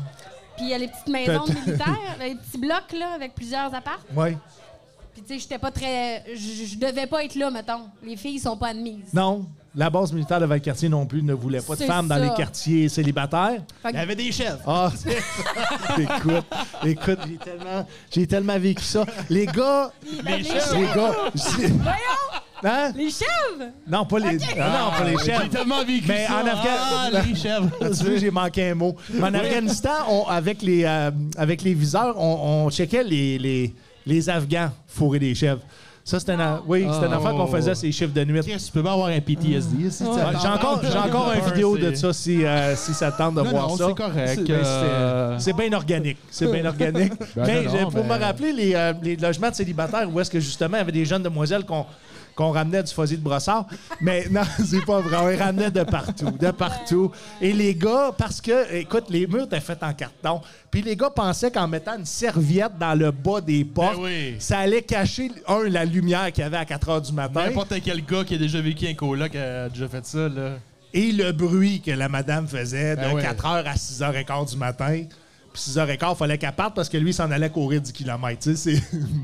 Puis il y a les petites maisons de militaires, les petits blocs, là, avec plusieurs apparts.
Ouais.
Puis, tu sais, j'étais pas très. Je je devais pas être là, mettons. Les filles sont pas admises.
Non. La base militaire de Valcartier non plus ne voulait pas de
C'est
femmes dans
ça.
les quartiers célibataires.
Fait que-
avait des chefs. Ah, c'est ça. écoute, écoute, j'ai tellement, j'ai tellement vécu ça. Les gars,
Ben, les
les
chèvres!
gars, j'ai-
Voyons!
hein?
Les chèvres!
Non, pas les, non, pas les chefs.
Ah, J'ai tellement vécu
Mais
ça.
en Afghan-
Ah, les chèvres.
Ah, tu vois, j'ai manqué un mot. Mais en Afghanistan, on- avec, les, euh, avec les viseurs, on, on checkait les, les, les Afghans fourrer des chèvres. Ça, c'était une, oui, c'était une
Oh.
affaire qu'on faisait, ces chiffres de nuit.
Chris, tu peux pas avoir un PTSD. si tu
Ouais,
attends.
J'ai encore, j'ai encore une
C'est-
vidéo de ça si, euh, si ça te tente de
Non,
voir
non,
ça.
c'est correct.
C'est- ben,
Euh,
C'est c'est bien organique. C'est bien organique.
Ben
mais
non,
j'ai-
non,
pour
mais-
me rappeler les, euh, les logements de célibataires où est-ce que justement il y avait des jeunes demoiselles qu'on qu'on ramenait du fusil de brossard. Mais non, c'est pas vrai. On les ramenait de partout, de partout. Et les gars, parce que, écoute, les murs étaient faits en carton. Puis les gars pensaient qu'en mettant une serviette dans le bas des portes,
Ben oui.
ça allait cacher, un, la lumière qu'il y avait à 4 heures du matin.
N'importe quel gars qui a déjà vécu un coloc euh, a déjà fait ça, là.
Et le bruit que la madame faisait de
Ben ouais.
4h à 6h15 du matin. Puis 6h15, il fallait qu'elle parte parce que lui, il s'en allait courir 10 km. Tu sais,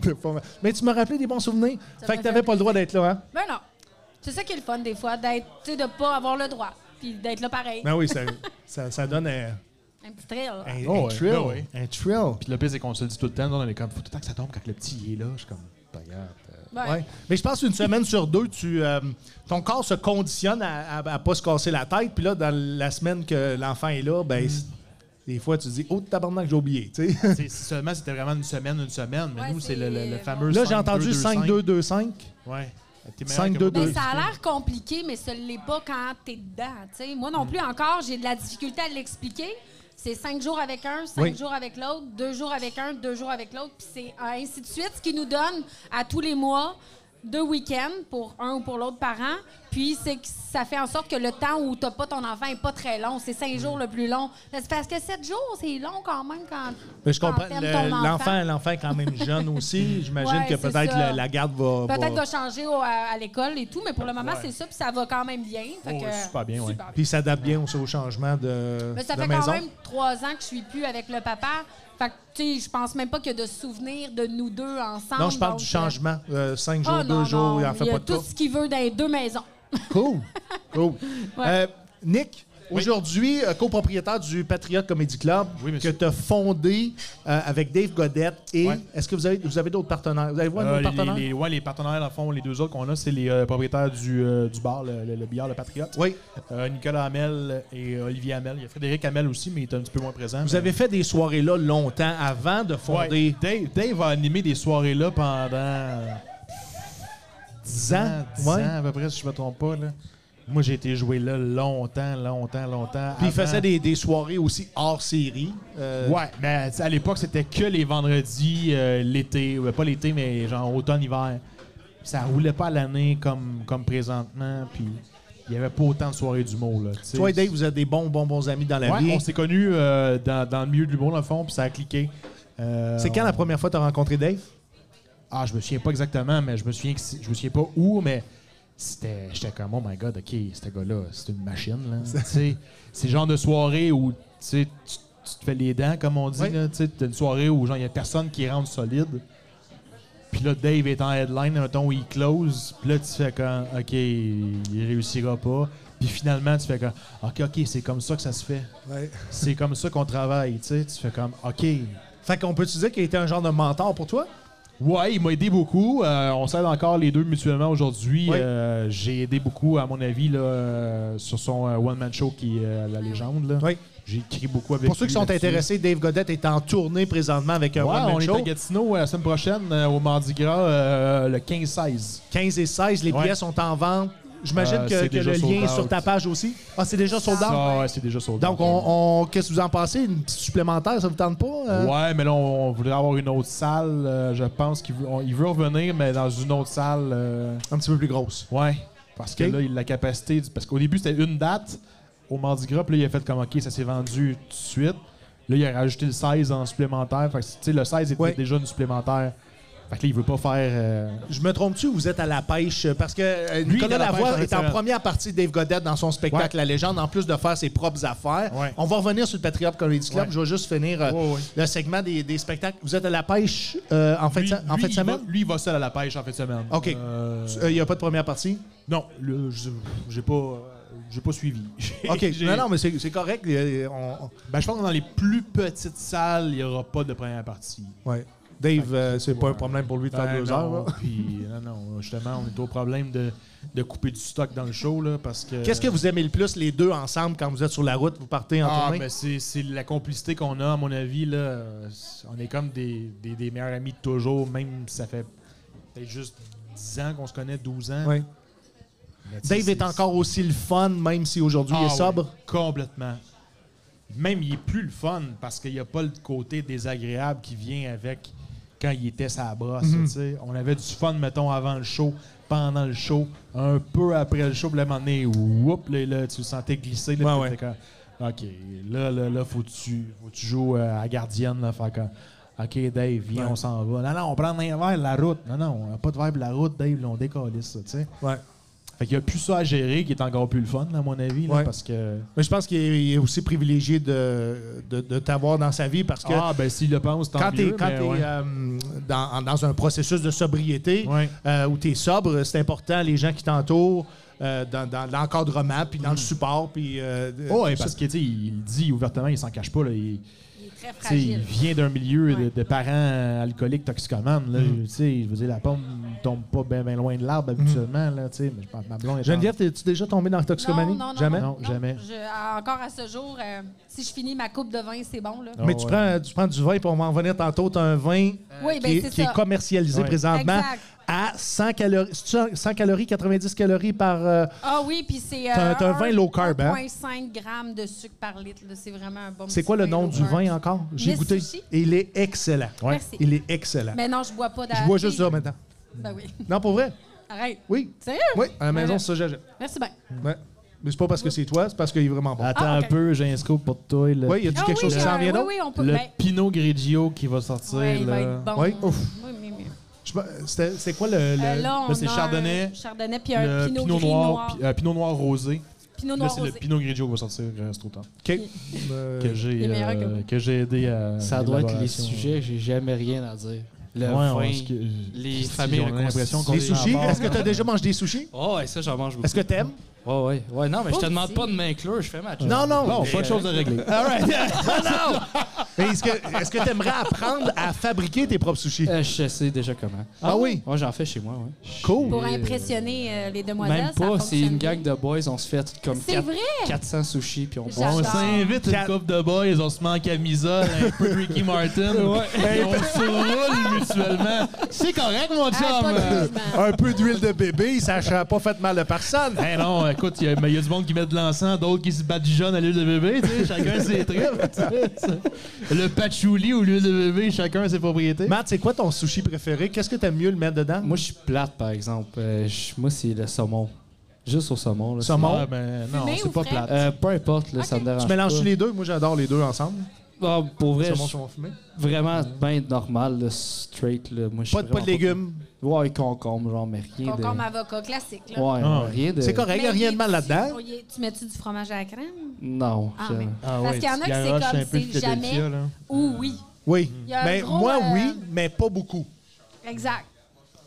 c'est pas mal. Mais tu m'as rappelé des bons souvenirs.
Ça
fait
m'a
que t'avais
fait
pas le droit d'être là, hein?
Ben non. C'est ça qui est le fun, des fois, d'être. Tu sais, de pas avoir le droit. Puis d'être là pareil.
Ben oui, ça, ça, ça donne un,
Un petit thrill.
un,
Oh
un
ouais,
thrill.
ben ouais.
Un thrill.
Puis le pire, c'est qu'on se le dit tout le temps. nous, On est comme, faut tout le temps que ça tombe quand le petit il est là. Je suis comme, euh. regarde.
Ouais.
Ouais. Mais je pense qu'une semaine sur deux, tu, euh, ton corps se conditionne à, à, à pas se casser la tête. Puis là, dans la semaine que l'enfant est là,
Hmm.
ben, c'est- des fois, tu dis, oh, tabarnak, j'ai oublié. tu sais.
C'est- seulement, c'était vraiment une semaine, une semaine. Mais
Ouais,
nous, c'est le,
c'est-
le- le fameux.
Là,
5,
j'ai entendu
5-2-2-5.
5-2-2-5.
Ouais. T'es meilleur
5-2-2.
que moi.
Ben, ça a l'air compliqué, mais ça l'est pas quand t'es dedans. tu sais. Moi non plus, encore, j'ai de la difficulté à l'expliquer. C'est cinq jours avec un, cinq
Oui.
jours avec l'autre, deux jours avec un, deux jours avec l'autre, puis c'est euh, ainsi de suite, ce qui nous donne à tous les mois deux week-ends pour un ou pour l'autre par an. Puis c'est que ça fait en sorte que le temps où t'as pas ton enfant est pas très long. C'est cinq jours le plus long. Mais c'est Parce que sept jours, c'est long quand même quand.
Mais je
quand
comprends.
t'aimes
le-
ton
L'enfant, l'enfant est quand même jeune aussi. J'imagine
Ouais,
que
c'est
peut-être
ça.
la, la garde va. va-
Peut-être va changer au- à, à l'école et tout, mais pour le moment, c'est ça, puis ça va quand même bien. Fait
Oh,
que-
super bien, ouais.
super
Puis il s'adapte bien aussi au changement de,
Mais ça
de
fait
maison.
quand même trois ans que je suis plus avec le papa. Fait que, tu sais, je pense même pas qu'il y a de souvenirs de nous deux ensemble.
non, je parle
donc,
du
euh,
changement. Euh, cinq
ah
jours, deux
non,
jours,
non,
il en fait
y a
pas de
tout ce qu'il veut dans les deux maisons.
Cool. cool.
Ouais.
Euh, Nick, aujourd'hui, euh, copropriétaire du Patriot Comedy Club,
Oui,
que
monsieur.
tu as fondé euh, avec Dave Godette. Et
Ouais.
est-ce que vous avez, vous avez d'autres partenaires? Vous avez voir
Euh,
d'autres
les-
partenaires?
les, ouais, les partenaires, dans le fond, les deux autres qu'on a, c'est les euh, propriétaires du, euh, du bar, le, le- le billard, le Patriote.
Oui.
Euh, Nicolas Hamel et Olivier Hamel. Il y a Frédéric Hamel aussi, mais il est un petit peu moins présent.
Vous
mais-
avez fait des soirées là longtemps avant de
Ouais,
fonder
Dave, Dave a animé des soirées là pendant
10 ans.
10
Ouais.
ans à peu près, si je me trompe pas. Là. Moi, j'ai été joué là longtemps, longtemps, longtemps.
Puis il
avant.
faisait des, des soirées aussi hors série. Euh,
Ouais, mais à l'époque, c'était que les vendredis, euh, l'été. Ouais, pas l'été, mais genre automne-hiver. Ça roulait pas à l'année comme, comme présentement, puis il y avait pas autant de soirées d'humour. Là, tu sais.
Toi et Dave, vous êtes des bons, bons, bons amis dans la
Ouais,
vie.
on s'est connus euh, dans, dans le milieu de l'humour, dans le fond, puis ça a cliqué. Euh,
C'est quand
on-
la première fois que tu as rencontré Dave?
Ah, je me souviens pas exactement, mais je me souviens, que si- je me souviens pas où, mais c'était j'étais comme oh my god ok ce gars-là c'est une machine là Tu sais, c'est le genre de soirée où tu sais, tu tu te fais les dents comme on dit
Oui.
là. Tu sais, t'as une soirée où genre il y a personne qui rentre solide puis là Dave est en headline mettons il close puis là tu fais comme ok il réussira pas puis finalement tu fais comme ok ok c'est comme ça que ça se fait
Ouais.
c'est comme ça qu'on travaille tu sais tu fais comme ok
Fait qu'on peut-tu dire qu'il était un genre de mentor pour toi?
Ouais, il m'a aidé beaucoup. Euh, on s'aide encore les deux mutuellement aujourd'hui.
Oui.
Euh, J'ai aidé beaucoup, à mon avis, là, euh, sur son euh, one-man show qui est euh, La Légende. là.
Oui.
J'ai écrit beaucoup avec
Pour ceux qui
lui
sont
là-dessus.
intéressés, Dave Godette est en tournée présentement avec un
Ouais,
one-man
on est
show.
à Gatineau euh, la semaine prochaine euh, au Mardi Gras euh, le 15-16.
15 et 16, les
Ouais.
billets sont en vente. J'imagine
Euh,
que,
c'est
que le
déjà sold
lien est sur
out.
ta page aussi. Ah, c'est déjà sold out?
Ça, ouais, c'est déjà sold out.
Donc, on, on- qu'est-ce que vous en pensez? Une petite supplémentaire, ça vous tente pas? euh?
Ouais, mais là, on, on voudrait avoir une autre salle. euh, je pense qu'il veut, on- il veut revenir, mais dans une autre salle. euh,
Un petit peu plus grosse.
Ouais. Parce
Ok.
que là, il a la capacité. du- Parce qu'au début, c'était une date au Mardi Gras, puis là, il a fait comme OK, ça s'est vendu tout de suite. Là, il a rajouté le 16 en supplémentaire. Fait que, tu sais, le 16 était
Ouais.
déjà une supplémentaire. Fait que là, il veut pas faire. euh,
Je me trompe-tu ou vous êtes à la pêche? Parce que euh,
Lui, il est
Nicolas
à la pêche
Lavoie
en
est en
restaurant.
première partie de Dave Godette dans son spectacle La Légende, en plus de faire ses propres affaires.
Ouais.
On va revenir sur le Patriot Comedy Club.
Ouais.
Je vais juste finir euh,
Ouais, ouais.
le segment des, des spectacles. Vous êtes à la pêche euh, en, fin de,
lui-
se- en
lui,
fin de
il
semaine?
va- lui, il va seul à la pêche en fin de semaine.
OK.
Euh,
Euh, Il n'y a pas de première partie?
non, le- je- j'ai pas. euh, J'ai pas suivi.
OK.
J'ai-
non, non, mais c'est c'est correct. euh, on-
Ben, je pense que dans les plus petites salles, il n'y aura pas de première partie.
on- ouais. Dave, euh, c'est pas un problème pour lui de faire
Ben
deux
non,
heures. là.
puis, non, non, justement, on est au problème de, de couper du stock dans le show, là, parce que...
Qu'est-ce que vous aimez le plus les deux ensemble quand vous êtes sur la route, vous partez en
Ah,
tournée?
mais c'est c'est la complicité qu'on a, à mon avis, là. Euh, c'est- On est comme des, des, des meilleurs amis de toujours, même si ça fait peut-être juste 10 ans qu'on se connaît, 12 ans.
Ouais.
Mais tu sais,
Dave est
c'est-
encore aussi le fun, même si aujourd'hui il
Ah
est sobre.
ouais, complètement. Même, il est plus le fun, parce qu'il n'y a pas le côté désagréable qui vient avec quand il était sa brosse.
Mhm.
tu sais. On avait du fun, mettons, avant le show, pendant le show, un peu après le show, puis là, à un moment donné, whoop, là, là, tu le sentais glisser. Là,
Ouais,
puis t'étais comme, OK, là, là, là, faut que tu, faut que tu joues euh, à gardienne. Là, fait comme, OK, Dave, viens, on s'en va. Non, non, on prend un verre, la route. Non, non, on n'a pas de verre pour la route, Dave, là, on décalisse ça, tu sais.
Ouais.
Fait qu'il y a plus ça à gérer qui est encore plus le fun, à mon avis, là,
Ouais.
parce que...
Mais je pense qu'il est, il est aussi privilégié de, de- de t'avoir dans sa vie parce que
Ah, ben s'il le pense, tant
quand tu es,
mieux. mais ouais.
dans, dans un processus de sobriété
Ouais.
euh, où tu es sobre, c'est important, les gens qui t'entourent, euh, dans, dans l'encadrement, puis dans le support, puis... euh,
Hmm. Oh, ouais, parce que, tu sais, il le dit ouvertement, il s'en cache pas. Là, il,
Il est très
tu sais, il
fragile.
vient d'un milieu de-
Ouais.
de, parents alcooliques, toxicomanes. Là, Tu sais, je veux dire, la pomme tombe pas bien loin de l'arbre habituellement. Là, tu sais, mais je pense que ma blonde est en-
Geneviève, es-tu déjà tombé dans la toxicomanie?
Non, non, non,
Jamais?
Non, jamais.
Je- encore à ce jour, euh, si je finis ma coupe de vin, c'est bon. Là.
Non,
Mais tu
Ah, ouais.
prends, tu prends du vin, puis on va en venir tantôt. Tu un vin euh,
Oui,
qui,
ben,
est,
c'est
qui
ça.
est commercialisé
Ouais.
présentement
Exact.
à 100 calories. c'est-tu 100 calories, 90 calories par. euh,
Ah oui, puis c'est.
T'as- t'as un vin low carb, hein?
1,5 grammes de sucre par litre. là. C'est vraiment un bon
c'est
petit
quoi le nom
low
du
carb.
vin encore? J'ai
Miss
goûté.
Sushi.
Il est excellent.
Ouais. Merci.
Il est excellent.
Mais euh, non, je bois pas d'alcool.
Je bois juste ça maintenant.
Ben oui.
Non, pour vrai?
Arrête.
Oui.
Sérieux?
Oui, à la maison,
Ouais.
c'est ça, j'achète.
Merci bien.
Ouais. Mais c'est pas parce que c'est toi, c'est parce qu'il est vraiment bon.
Attends
Ah, ok.
un peu, j'ai un scoop pour toi. Le,
Oui, il y a du
Ah
quelque
oui,
chose qui
euh,
s'en vient
oui,
d'autre?
oui, on peut.
le
ben,
Pinot Grigio qui va sortir.
ouais, il
là.
va être bon.
Oui, ouf.
Oui, mais- mais-
Je me- C'était c'est quoi le. le-
Euh, là, on
là, c'est
a un
chardonnay,
Chardonnay, puis un
Le
pinot,
Pinot,
gris
noir,
noir.
pi- euh, Pinot noir rosé.
pinot
Là,
noir
c'est le
rosé.
Pinot Grigio qui va sortir euh, cet automne.
OK. Euh,
Que j'ai
est meilleur
euh,
que-
que j'ai aidé à.
Ça doit être les
l'élaboration.
sujets, j'ai jamais rien à dire. Le
Ouais, on-
vin,
parce que-
les
Christy,
familles
on a l'impression qu'on
les
est en
sushis?
bord.
Est-ce que tu as déjà mangé des sushis?
Oh, ouais, ça, j'en mange beaucoup.
Est-ce que t'aimes?
Ouais, ouais, ouais. Non, mais je te
Pas
demande
aussi.
pas de m'inclure, je fais match.
Non, non. euh,
Bon, pas de
euh,
choses à régler.
Mais Est-ce que est-ce que t'aimerais apprendre à fabriquer tes propres sushis?
Euh, je sais déjà comment.
Ah oui?
Moi, j'en fais chez moi, ouais.
Cool.
Pour
Et, euh,
impressionner euh, les demoiselles,
Même
ça
pas, c'est
fonctionne
une
bien.
gang de boys, on se fait comme
C'est
quatre-
vrai?
400 sushis, puis on
J'adore.
boit.
On s'invite une
Quatre-
couple de boys, on se met en camisole, un peu Ricky Martin, et on se roule mutuellement. C'est correct, mon chum!
Ah, pas de
Euh,
jugement.
Un peu d'huile de bébé, ça n'a pas fait mal à personne.
Eh non, écoute, il y, a- mais il y a du monde qui met de l'encens, d'autres qui se badigeonnent à l'huile de bébé, tu sais, chacun ses tripes. tu sais, ça. Le patchouli ou l'huile de bébé, chacun ses propriétés.
Matt, c'est quoi ton sushi préféré? Qu'est-ce que t'aimes mieux le mettre dedans?
Moi, je suis plate, par exemple. Euh, je- moi, c'est le saumon. Juste au saumon. Là,
Saumon?
Ah, ben, non,
Fumé ou
c'est pas
frais?
plate.
c'est- Euh, peu importe, là, ça me dérange
Tu mélanges
pas.
les deux? Moi, j'adore les deux ensemble.
Ah, pour vrai,
Saumon,
je-
saumon fumé.
vraiment bien normal, là, straight. Là. Moi, je suis
Pas de, pas de
vraiment
légumes.
Ouais, concombre, genre, mais rien
Concombre,
de...
avocat, classique. Là.
Ouais,
Ah,
rien de...
C'est correct, y a
Mais
rien de mal
mets-tu-
là-dedans.
on y Oh, est- Tu mets-tu du fromage à la crème?
Non.
Ah,
je-
mais-
Ah
Parce
ouais,
qu'il y en a
tu
qui c'est
garoches
comme
un peu
c'est
Philadelphia,
jamais
là.
ou oui.
Oui.
Il y a un
Mais
gros,
moi,
euh,
oui, mais pas beaucoup.
Exact.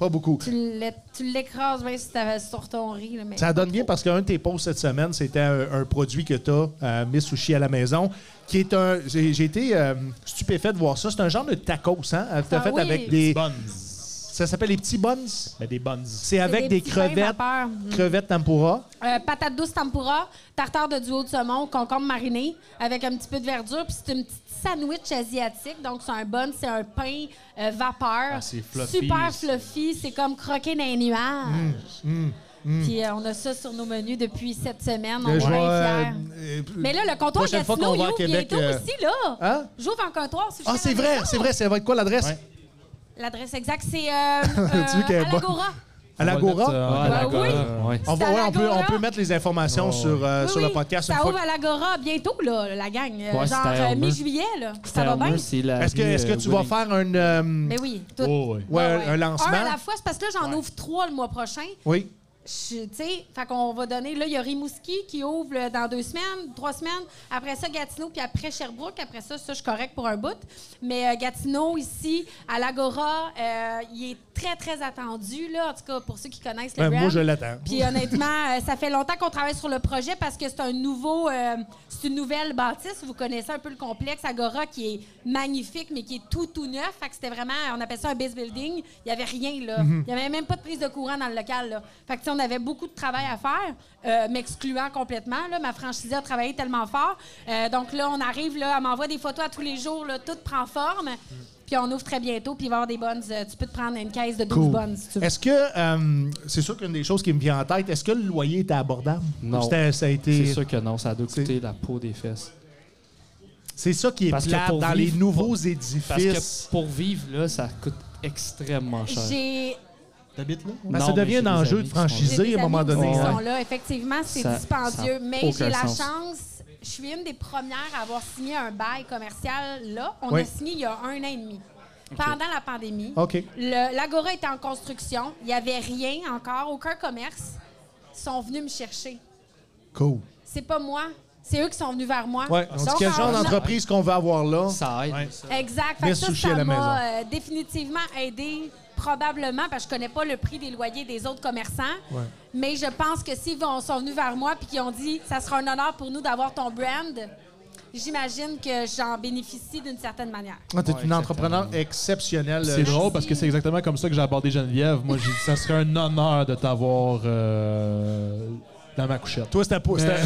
Pas beaucoup.
Tu l'é- tu l'écrases bien si t'avais sur ton riz. Là, mais...
Ça donne bien parce qu'un de tes posts cette semaine, c'était un, un produit que tu as, Miss Sushi à la maison, qui est un. J'ai j'ai été euh, stupéfait de voir ça. C'est un genre de tacos, hein? T'as
Ah
fait
oui.
avec
Des
des.
Buns.
Ça s'appelle les petits buns.
Mais Ben, des buns.
C'est
C'est
avec des,
petits pains
crevettes,
vapeur. Mm.
crevettes tempura.
Euh, patate douce tempura, tartare de duo de saumon, concombre mariné avec un petit peu de verdure. Puis c'est une petite sandwich asiatique. Donc, c'est un bun, c'est un pain euh, vapeur.
Ah, c'est fluffy.
Super fluffy. C'est comme croquer dans les nuages.
Mm,
Puis euh, on a ça sur nos menus depuis cette semaine. On est
Je vais,
bien fiers.
euh, euh,
Ah, Mais là, le comptoir
prochaine fois qu'on
Gatineau, il
va à
ouvre
Québec,
bientôt
euh,
aussi, là.
Hein?
J'ouvre un comptoir. si je
Ah,
suis à
c'est
la
vrai,
maison.
c'est vrai. Ça va être quoi l'adresse?
Ouais.
L'adresse exacte, c'est euh, euh,
Tu veux qu'elle est
à
bonne?
l'Agora.
À l'Agora?
Ouais,
Bah
Ah, d'accord,
oui.
ouais.
On, va-
c'est à
ouais, on peut,
l'Agora.
on peut mettre les informations sur, euh,
Oui,
sur le
oui,
podcast.
Ça
une fois
ouvre à l'Agora bientôt, là, la gang. Euh,
Ouais, c'est
genre
à
euh,
Elmer.
mi-juillet, là. Ça va
Terre
bien?
Meuse, c'est la
Est-ce que,
rue,
est-ce que
euh,
tu vas
Wedding-
faire un, euh,
Mais oui, tout.
Oh, oui.
ouais, un lancement?
Un à la fois, c'est parce que là, j'en ouvre trois le mois prochain.
Oui.
Je- Tu sais, fait qu'on va donner. Là, il y a Rimouski qui ouvre là, dans deux semaines, trois semaines. Après ça, Gatineau, puis après Sherbrooke. Après ça, ça, je suis correct pour un bout. Mais euh, Gatineau, ici, à l'Agora, euh, il est très, très attendu, là. En tout cas, pour ceux qui connaissent le
Ben, moi,
brand.
je l'attends.
Puis honnêtement, euh, ça fait longtemps qu'on travaille sur le projet parce que c'est un nouveau, euh, c'est une nouvelle bâtisse. Vous connaissez un peu le complexe Agora qui est magnifique, mais qui est tout tout neuf. Fait que c'était vraiment, on appelle ça un base building. Il y avait rien là. Il y avait même pas de prise de courant dans le local. Là. Fait que tu sais, on avait beaucoup de travail à faire, euh, m'excluant complètement. Là, ma franchisée a travaillé tellement fort. Euh, donc là, on arrive là, elle m'envoie des photos à tous les jours. Là, tout prend forme. Puis on ouvre très bientôt, puis il va y avoir des bonnes. euh, tu peux te prendre une caisse de 12
Cool.
bonnes si tu veux.
Est-ce que, euh, c'est sûr qu'une des choses qui me vient en tête, est-ce que le loyer était abordable?
Non.
Ou c'était- Ça a été...
C'est sûr que non, ça doit
C'est-
coûter la peau des fesses.
C'est ça qui est
Parce que
plate
pour
dans
vivre,
les nouveaux
Parce
édifices.
que pour vivre, là, ça coûte extrêmement cher.
J'ai
T'habites là?
Ben,
Non,
ça
mais
devient
j'ai
un
des
enjeu de
amis qui sont là.
franchise.
J'ai des
à un moment
amis
donné,
qui
hein.
sont là. Effectivement, c'est
Ça- ça
dispendieux,
a
mais
aucun
j'ai la
sens.
chance. Je suis une des premières à avoir signé un bail commercial là. On
Oui. Ah.
a signé il y a un an et demi. Pendant la pandémie,
OK.
le- l'Agora était en construction. Il n'y avait rien encore, aucun commerce. Ils sont venus me chercher.
Cool.
C'est pas moi. C'est eux qui sont venus vers moi.
Ouais. On dit
Donc,
quel
en-
genre d'entreprise qu'on veut avoir là? Ah,
Ça
Ah,
aide.
Ouais.
Exact. Fait que
Laisse
ça,
sushi à
ça
la
m'a euh, définitivement aidé, probablement, parce que je connais pas le prix des loyers des autres commerçants.
Ouais.
Mais je pense que s'ils vont- sont venus vers moi et qu'ils ont dit ça sera un honneur pour nous d'avoir ton brand, j'imagine que j'en bénéficie d'une certaine manière.
Ah, t'es
Ouais,
une
exactement.
entrepreneur euh, exceptionnelle.
C'est drôle parce que c'est exactement comme ça que j'ai abordé Geneviève. Moi, j'ai dit, ça serait un honneur de t'avoir euh, dans ma couchette.
Toi, c'était pour, c'était-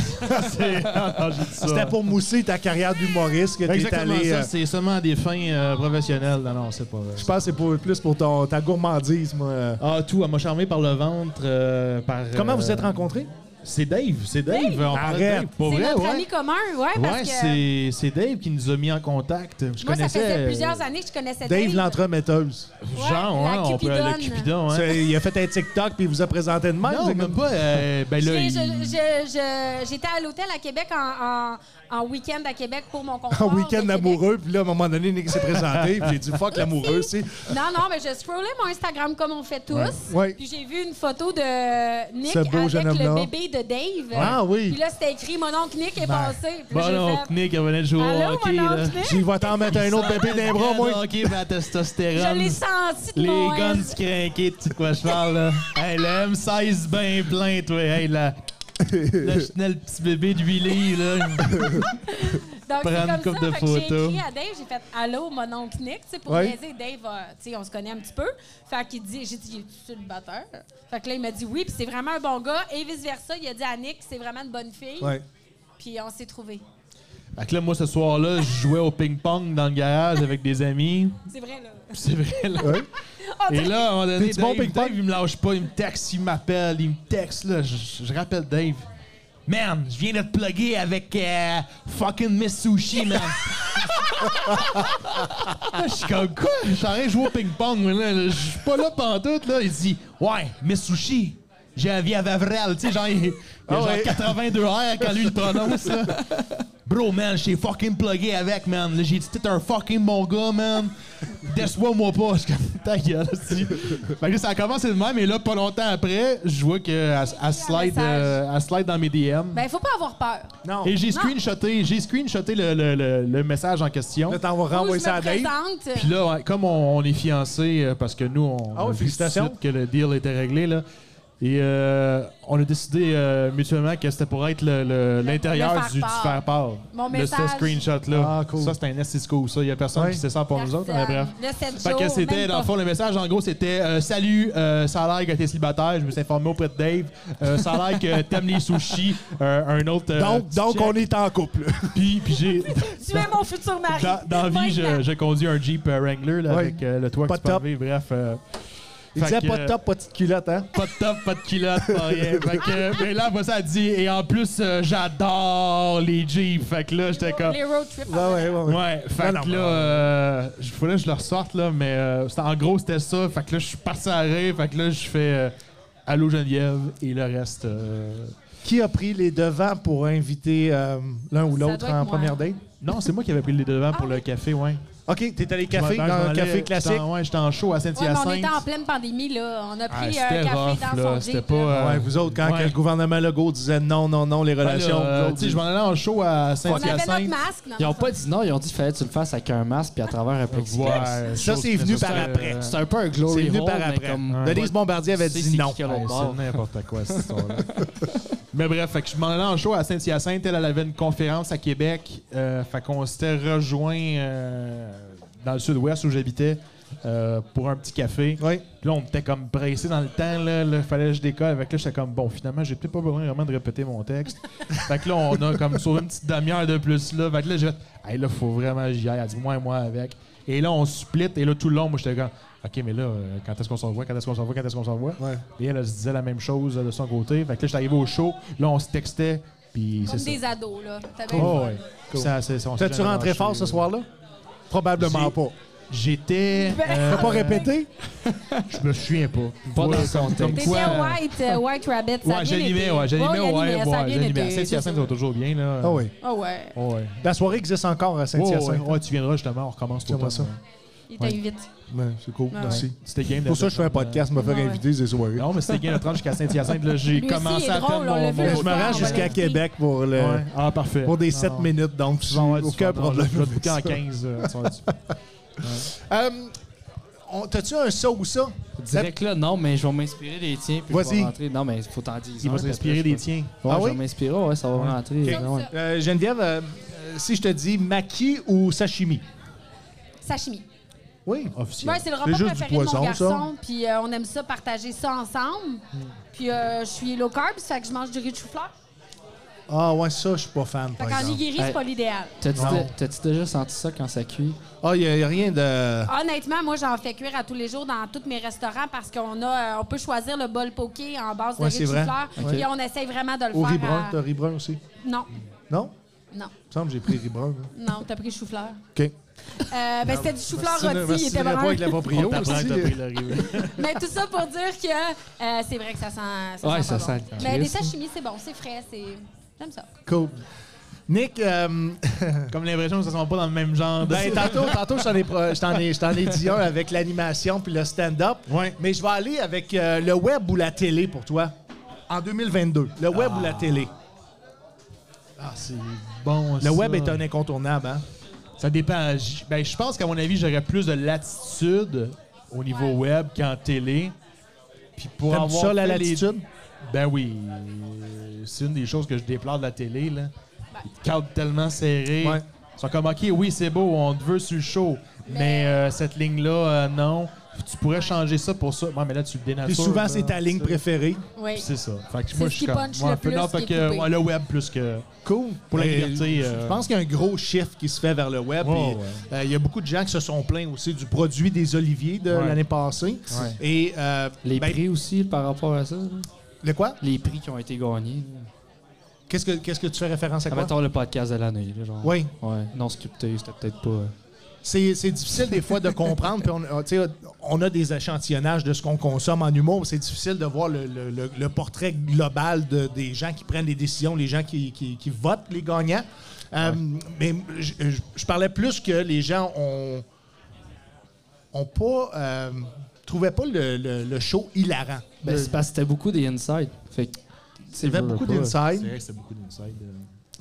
C'est- non, j'ai dit ça.
c'était pour mousser ta carrière d'humoriste que t'es
Exactement
allé...
ça,
euh,
c'est seulement à des fins euh, professionnelles. Non, non, c'est pas vrai.
Je pense que c'est pour- plus pour ton, ta gourmandise, moi. euh.
Ah, tout, elle m'a charmé par le ventre. euh, par,
Comment
euh,
vous êtes rencontrés?
C'est Dave, c'est Dave. On parlait de
Arrête.
Dave. Pour
C'est
vrai,
notre
ouais.
ami commun, ouais, parce
Ouais,
que
c'est- c'est Dave qui nous a mis en contact. Je
moi, ça
connaissais.
faisait
euh,
plusieurs années que je connaissais
Dave l'entremetteuse.
Genre,
Ouais,
hein,
la
on peut le
Cupidone.
Cupidon. Hein.
C'est- Il a fait un TikTok puis il vous a présenté de même.
Non,
vous êtes
même
comme-
pas. euh, ben là,
J'ai-
il-
je- je- je- J'étais à l'hôtel à Québec en, en- en week-end à Québec pour mon concours.
un
de
Ah, week-end
Québec.
amoureux, puis là, à un moment donné, Nick s'est présenté, puis j'ai dit fuck l'amoureux, c'est.
Non, non, mais je scrollais mon Instagram comme on fait tous.
Ouais.
Puis j'ai vu une photo de Nick
Ce beau jeune
avec
homme-là.
le bébé de Dave.
Ah oui. Ben,
Puis là, c'était écrit Mon oncle Nick est passé. Puis là,
Bon,
j'ai
oncle
fait,
Nick, elle venait de jouer
Allô,
au hockey.
mon
là.
oncle Nick?
J'ai va t'en mettre un autre bébé d'un bras, moi.
Ok, la
Je
testostérone.
l'ai senti de
Les
mon
guns
aile.
crinqués, tu sais de quoi je parle, là. hey, le M16 ben plein, toi. Hey, la... Le Chanel petit bébé de Willy, là.
Donc, c'est
Prendre
comme
une couple
ça.
de
Fait que J'ai
photos.
écrit à Dave, j'ai fait Allô, mon oncle Nick, tu sais, pour
Ouais.
niaiser. Dave, euh, tu sais, on se connaît un petit peu. Fait qu'il dit, j'ai dit, es-tu célibataire? Fait que là, il m'a dit oui, puis c'est vraiment un bon gars. Et vice-versa, il a dit à Nick, c'est vraiment une bonne fille.
Ouais.
Puis on s'est trouvés.
Fait que là, moi, ce soir-là, je jouais au ping-pong dans le garage avec des amis.
C'est vrai, là.
C'est vrai, là.
On
Et
dirait-
là, à un moment donné,
T'es-tu bon au
Dave,
ping-pong?
Dave, il me lâche pas. Il me texte, il m'appelle, il me texte, là. Je, je- je rappelle Dave. Man, je viens de te plugger avec euh, fucking Miss Sushi, man. Là, je suis comme quoi? Je suis en train de jouer au ping-pong, moi, là. Je suis pas là pantoute, là. Il dit, ouais, Miss Sushi, j'ai un vie à Vavrel. Tu sais, genre, il, il a
Ah
genre
ouais.
82 R quand lui le prononce, là. Bro, man, j'ai fucking plugué avec, man. Là, J'ai dit, t'es un fucking bon gars, man. Déçois-moi pas. Je suis comme, ta gueule, aussi. Fait que là, ça a commencé de même, et là, pas longtemps après, je vois qu'elle slide,
message.
euh, elle slide dans mes DM.
Ben, faut pas avoir peur.
Non.
et j'ai
non.
screenshoté, j'ai screenshoté le, le- le- le message en question.
Là, t'en vas
Où je
renvoyer ça à
me
Dave.
présente.
Puis là, ouais, comme on, on est fiancés, euh, parce que nous, on
Ah
a
ouais,
vu
félicitations.
tout de suite que le deal était réglé, là. Et euh, on a décidé euh, mutuellement que c'était pour être le- le- l'intérieur
le faire
du, du
part.
faire part.
Mon
de
message.
ce screenshot-là.
Ah, cool.
Ça, c'est un SISCO, ça. Il n'y a personne
Ouais.
qui sait ça pour nous autres. Ah, bref.
Le 7
Fait
jours,
que c'était,
même
dans le
pas.
fond, le message, en gros, c'était euh, Salut, euh, ça a l'air que t'es célibataire, je me suis informé auprès de Dave. Euh, ça a l'air que t'aimes les sushis, Euh, un autre. euh,
Donc,
petit
donc
check.
on est en couple.
Puis, puis j'ai.
Tu es mon futur mari.
Dans, dans la vie, je,
Maintenant.
je conduis un Jeep euh, Wrangler là,
Ouais.
avec euh, le toit
Pas
qui
de
se
top.
pavait, bref. euh,
Il
fait
disait
que,
pas de top, pas de petite culotte, hein?
Pas de top, pas de culotte, pas rien. Fait que, euh, mais là, après ça, elle dit, et en plus, euh, j'adore les Jeeps. Fait que là, j'étais comme.
Les road trips.
Ouais, ouais, ouais. ouais.
Ouais, fait
Non, non,
que là,
non.
euh, je voulais que je le ressorte, là, mais euh, c'était- en gros, c'était ça. Fait que là, je suis parti à rire. Fait que là, je fais euh, Allô Geneviève et le reste. euh,
Qui a pris les devants pour inviter euh, l'un ou
Ça
l'autre
doit être
en
moi.
première date?
Non, c'est moi qui avais pris les devants
Ah
pour le café, ouais.
OK, t'es allé
Je
café,
m'en-
dans
je m'en
un
allais-
café classique.
j'étais en- Ouais, j'étais en show à
Ouais, mais on
Saint-Hyacinthe.
était en pleine pandémie, là. On a
Ah,
pris
c'était
un café
rough,
dans
là.
son
C'était
jeep.
pas,
là.
euh,
Ouais, vous autres, quand
Ouais.
que le gouvernement Legault disait non, non, non, les
Ben là,
relations.
euh,
vous autres,
tu sais, je m'en allais en show à
on avait notre
Saint-Hyacinthe.
masque. non,
Ils ont
non,
pas dit non, ils ont dit qu'il fallait que tu le fasses avec un masque puis à travers un plexiglas.
Ouais,
Ça,
chose-
c'est venu
ça,
par
c'est,
après.
euh,
C'est un peu un
c'est
glory
venu
hole,
par
mais
après.
comme...
Denise Bombardier avait
Tu
dit
sais, c'est
non.
qui a
ouais,
l'autre bord.
c'est n'importe quoi, cette histoire-là. Mais bref, fait que je m'en allais en show à Saint-Hyacinthe. Elle, elle avait une conférence à Québec. Euh, fait qu'on s'était rejoint euh, dans le sud-ouest où j'habitais euh, pour un petit café.
Ouais.
Puis Là, on était comme pressé dans le temps. Là, là, fallait que je décolle. Avec là, j'étais comme, bon, finalement, j'ai peut-être pas besoin vraiment de répéter mon texte. fait que là, on a comme sur une petite demi-heure de plus. Là, fait que là, j'ai fait, hey, là, faut vraiment que j'y aille. Elle dit, moi et moi avec. Et là, on split. Et là, tout le long, moi, j'étais comme, OK, mais là, euh, quand est-ce qu'on se revoit? Quand est-ce qu'on se revoit? Quand est-ce qu'on se revoit?
Ouais.
Et elle, elle se disait la même chose euh, de son côté. Fait que là, j'étais arrivé au show. Là, on se textait. Puis c'est
Comme
ça.
des ados, là. T'as bien
Oh,
le fun.
ouais. Ça, c'est- ça, on s'est
T'as-tu
jamais
rentré
lâché,
fort ce
là.
soir-là? Probablement
J'ai-
pas.
J'étais.
Ben,
euh,
T'as pas répété?
je me souviens pas.
Pas dans
Voilà,
le contexte.
comme
T'es
quoi,
bien
euh,
white, euh, white rabbit. Ça a
Ouais,
bien
j'animais,
été.
ouais, j'animais,
il
ouais,
animait, ça a
ouais,
bien
j'animais.
été,
Saint-Hyacinthe, ça va toujours bien, là.
Ah oui.
Ah ouais,
Ouais, ouais.
La soirée existe encore à
Ouais,
Saint-Hyacinthe.
ouais, ouais, tu viendras justement, on recommence tout
J'aimerais
le
ça.
temps.
il
Ouais.
t'invite.
Ouais, c'est cool,
Ouais,
merci.
C'était game de
Pour ça, je fais un podcast, me faire
Ouais.
inviter ces soirées.
Non, mais c'était game de 30 jusqu'à Saint-Hyacinthe, là. J'ai
Lui aussi,
commencé
il est
à faire
drôle, on l'a
mon.
vu
mon-
le
Je me
soir,
rends
on va
jusqu'à
l'inviter.
Québec pour le.
Ouais. Ah, parfait.
Pour des
Non,
7
non.
minutes, donc
Tu
j'ai
vas avoir du
aucun
fun. Non,
problème.
Je vais te
avec
bouquer en
ça.
15. euh, tu vas avoir du-
Euh, on- T'as-tu un ça ou ça?
Direct là, non, mais je vais m'inspirer des tiens puis je
Vas-y.
vais rentrer. Non, mais il faut t'en dire.
Il va s'inspirer des tiens.
Ouais,
Ah
je
oui?
vais m'inspirer, ouais, ça va
Ouais.
rentrer.
Ok.
ouais, ouais.
Euh, Geneviève, euh, euh, si je te dis maquis ou sashimi?
Sashimi.
Oui.
Ouais,
Officiel.
c'est le repas
C'est juste
préféré
du
de
poisson,
mon garçon. Puis euh, on aime ça, partager ça ensemble. Puis euh, je suis low carb, ça fait que je mange du riz de chou-fleur.
Ah ouais, ça, je suis pas fan,
Fait
par
qu'en
exemple.
nigiri, c'est
Hey.
pas l'idéal.
T'as-tu
Non.
dé- T'as-tu déjà senti ça quand ça cuit?
Ah, il n'y a, rien de...
Honnêtement, moi, j'en fais cuire à tous les jours dans tous mes restaurants parce qu'on a, euh, on peut choisir le bol poké en base de
Ouais,
riz de
c'est vrai.
chou-fleur.
Ok.
Puis on essaye vraiment de le
Au riz
faire.
brun,
à-
t'as riz brun aussi?
Non,
Non?
non,
Il me semble que j'ai pris riz brun. hein.
non, t'as pris chou-fleur.
OK.
Euh, ben, c'était du chou-fleur
Merci de-
rôti, il
merci de
était
répondre
vraiment.
avec la
On
proprio
t'apprend que
aussi.
t'as pris le riz.
Mais tout ça pour dire que euh, c'est vrai que ça sent. Ça
Ouais,
sent pas
ça
bon.
sent le
Mais les
Christ.
sashimi, c'est bon, c'est frais, c'est. J'aime ça.
Cool. Nick, euh,
Comme l'impression que ça sent pas dans le même genre. de-
ben, tantôt, tantôt je t'en ai pro- je t'en ai, je t'en ai dit un avec l'animation puis le stand-up.
Ouais.
Mais je vais aller avec euh, le web ou la télé pour toi. En 2022, le web ou la télé.
Ah, c'est bon.
Le web est un incontournable, hein?
Ça dépend. J- Ben, je pense qu'à mon avis, j'aurais plus de latitude au niveau web qu'en télé. Puis pour
T'aimes-tu
avoir
ça, la
fait les-
latitude?
Ben oui. Euh, C'est une des choses que je déplore de la télé. Là. Ils te cadrent tellement serré.
Ouais.
Ils sont comme, OK, oui, c'est beau, on te veut sur le show. Mais euh, cette ligne-là, euh, non. Tu pourrais changer ça pour ça. Non, mais là, tu le dénatures.
Puis souvent,
là.
c'est ta ligne
C'est-
préférée.
Oui.
C'est ça. Fait que
C'est
moi,
ce
je suis
qui
comme...
punch
ouais,
le
peu-
plus
non, fait
qui est
que,
coupé.
ouais, le web plus que...
Cool.
Pour la
Mais
liberté,
Je
euh,
je pense qu'il y a un gros chiffre qui se fait vers le web.
Ouais,
puis, euh,
ouais.
Il y a beaucoup de gens qui se sont plaints aussi du produit des oliviers de
Ouais.
l'année passée.
Ouais.
Et euh,
Les
ben,
prix aussi par rapport à ça? là.
le quoi?
Les prix qui ont été gagnés. là.
Qu'est-ce que qu'est-ce que tu fais référence à
Ah,
quoi?
mettons le podcast de l'année. là, genre.
Oui.
Ouais, non scripté, c'était peut-être pas. euh,
c'est c'est difficile des fois de comprendre. Puis on, euh, tu sais, on a des échantillonnages de ce qu'on consomme en humour. C'est difficile de voir le, le- le- le portrait global de- des gens qui prennent les décisions, les gens qui, qui- qui votent, les gagnants. Euh, Mais je, je- je parlais plus que les gens ont, ont pas. euh, trouvaient pas le, le- le show hilarant.
Ben, c'est parce que c'était beaucoup des insides. Fait que,
Il y avait beaucoup d'insides.
vrai que c'est beaucoup d'inside.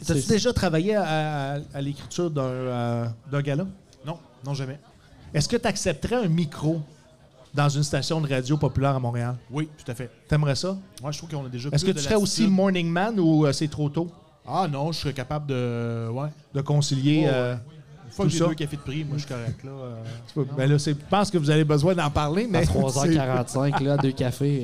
T'as-tu
C'est-
déjà travaillé à, à- à l'écriture d'un euh, d'un gala?
Non, non, jamais.
Est-ce que tu accepterais un micro dans une station de radio populaire à Montréal?
Oui, tout à fait.
T'aimerais ça?
Moi, je trouve qu'on a déjà
Est-ce que
plus
tu
de
serais aussi
latitude.
morning man ou euh, c'est trop tôt
Ah non, je serais capable de. Ouais.
de concilier?
Oh, ouais.
euh,
Une fois
Tout
que j'ai
ça.
deux cafés de prix, moi, je suis correct. Là, euh,
tu peux- ben là, c'est- je pense que vous avez besoin d'en parler, mais
À 3h45, là, deux cafés,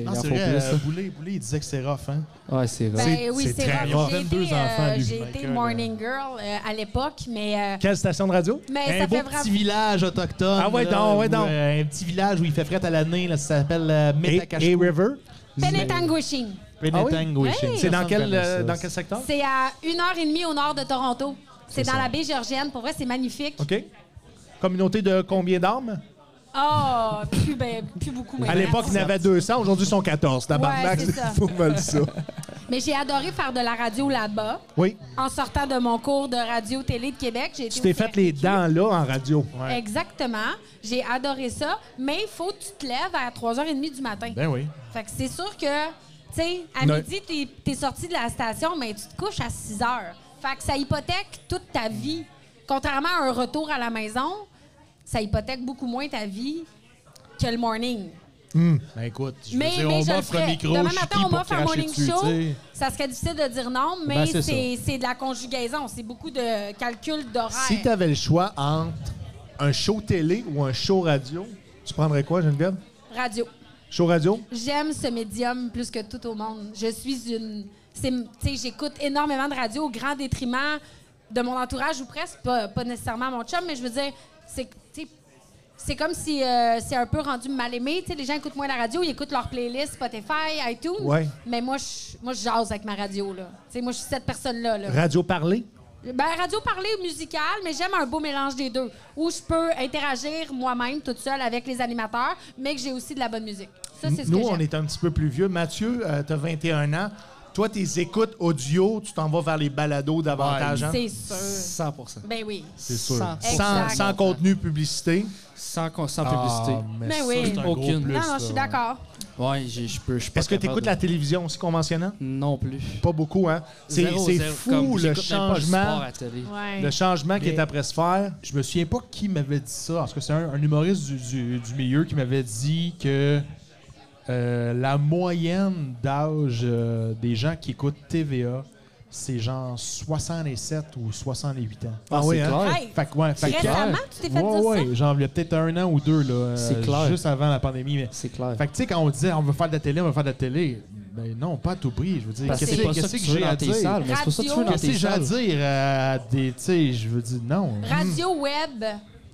Ah,
il
non,
en faut
c'est
plus.
vrai, euh,
là.
Boulay, Boulay, il disait que c'est rough, hein?
Ouais, c'est vrai.
Ben oui,
c'est
c'est
très
rough.
rough.
J'ai
22
été,
enfants,
euh,
lui,
j'ai
Michael,
été
euh.
morning girl euh, à l'époque, mais, euh,
Quelle station de radio?
mais
un
ça
beau
fait
petit
vraiment...
village autochtone.
Ah ouais,
là,
donc, ouais,
où,
donc.
euh, un petit village où il fait fret à l'année, là, ça s'appelle euh,
Et
Metacachou.
River? Ah
Penetanguishing.
Penetanguishing.
Hey!
C'est dans
Personne
quel,
connaît
euh,
ça.
dans quel secteur?
C'est à une heure et demie au nord de Toronto. C'est dans la baie géorgienne. Pour vrai, c'est magnifique.
OK. Communauté de combien d'armes?
Ah, plus, ben, plus beaucoup.
À
maintenant.
l'époque, il y en avait 200. Aujourd'hui, ils sont 14. Tabarnak,
Ouais, c'est ça.
c'est pas mal ça.
Mais j'ai adoré faire de la radio là-bas.
Oui.
En sortant de mon cours de radio-télé de Québec, j'ai été
Tu t'es
au
fait les
CRTQ.
dents là en radio.
Exactement. J'ai adoré ça. Mais il faut que tu te lèves à 3h30 du matin.
Ben oui.
Fait que c'est sûr que, tu sais, à
Non.
midi, t'es- t'es sorti de la station, mais tu te couches à 6 heures. Fait que ça hypothèque toute ta vie. Contrairement à un retour à la maison, ça hypothèque beaucoup moins ta vie que le morning.
Ben écoute, je veux
Mais,
dire,
mais
on
je le
m'offre un
ferais.
micro.
Demain
je suis qui
matin, on
pour
m'offre un
cracher
morning
dessus,
show.
tu sais?
Ça serait difficile de dire non, mais
Ben, c'est ça.
c'est c'est de la conjugaison. C'est beaucoup de calcul d'horaire.
Si tu avais le choix entre un show télé ou un show radio, tu prendrais quoi, Geneviève?
Radio.
Show radio?
J'aime ce médium plus que tout au monde. Je suis une. c'est- tu sais, J'écoute énormément de radio au grand détriment de mon entourage ou presque, pas, pas nécessairement mon chum, mais je veux dire, c'est tu sais, c'est comme si euh, c'est un peu rendu mal aimé. Tu sais, les gens écoutent moins la radio, ils écoutent leur playlist Spotify, iTunes.
Ouais.
Mais moi, je moi, je jase avec ma radio. Là. Tu sais, Moi, je suis cette personne-là. Là.
Radio parlé?
Ben, radio parlée ou musicale, mais j'aime un beau mélange des deux, où je peux interagir moi-même toute seule avec les animateurs, mais que j'ai aussi de la bonne musique. Ça, c'est ce
Nous,
que
on
j'aime.
est un petit peu plus vieux. Mathieu, euh, tu as 21 ans. Toi, tes écoutes audio, tu t'en vas vers les balados davantage. hein?
C'est sûr.
100%.
Ben oui.
C'est sûr.
100%.
Sans,
Exact.
sans contenu publicité.
Sans, con- sans
Ah,
publicité.
Mais
ça,
Ben oui.
c'est un gros
Aucune.
plus,
Non, non, je suis
là.
d'accord.
Ouais, j'ai- je peux. je suis pas
Est-ce que tu
capable
écoutes
de-
la télévision aussi conventionnelle?
Non plus.
Pas beaucoup, hein? C'est
Zéro,
c'est
zéro,
fou
comme
le
j'écoute même pas sport
changement,
à télé.
Ah
Ouais.
le changement qui
Mais-
est après se faire.
Je me souviens pas qui m'avait dit ça. Parce que c'est un, un humoriste du, du- du milieu qui m'avait dit que euh, la moyenne d'âge euh, des gens qui écoutent TVA, c'est genre 67 ou 68 ans.
Ah oui,
c'est
hein?
clair.
Hey,
Fait que, ouais, fait que-
Récemment, tu t'es fait
ouais,
dire ça?
ouais, genre il y a peut-être un an ou deux, là. euh,
C'est clair.
Juste avant la pandémie. Mais...
C'est clair.
Fait que, tu sais, quand on disait on veut faire de la télé, on veut faire de la télé, ben non, pas à tout prix. Je veux dire,
Parce que
qu'est-ce
c'est pas ça
qu'est-ce
que
que
tu veux
j'ai à
dans tes
dire?
salles. Mais c'est pas ça que tu veux dans
Qu'est-ce que
tes
j'ai à
salles.
dire à des. Tu sais, je veux dire, non.
Radio, web,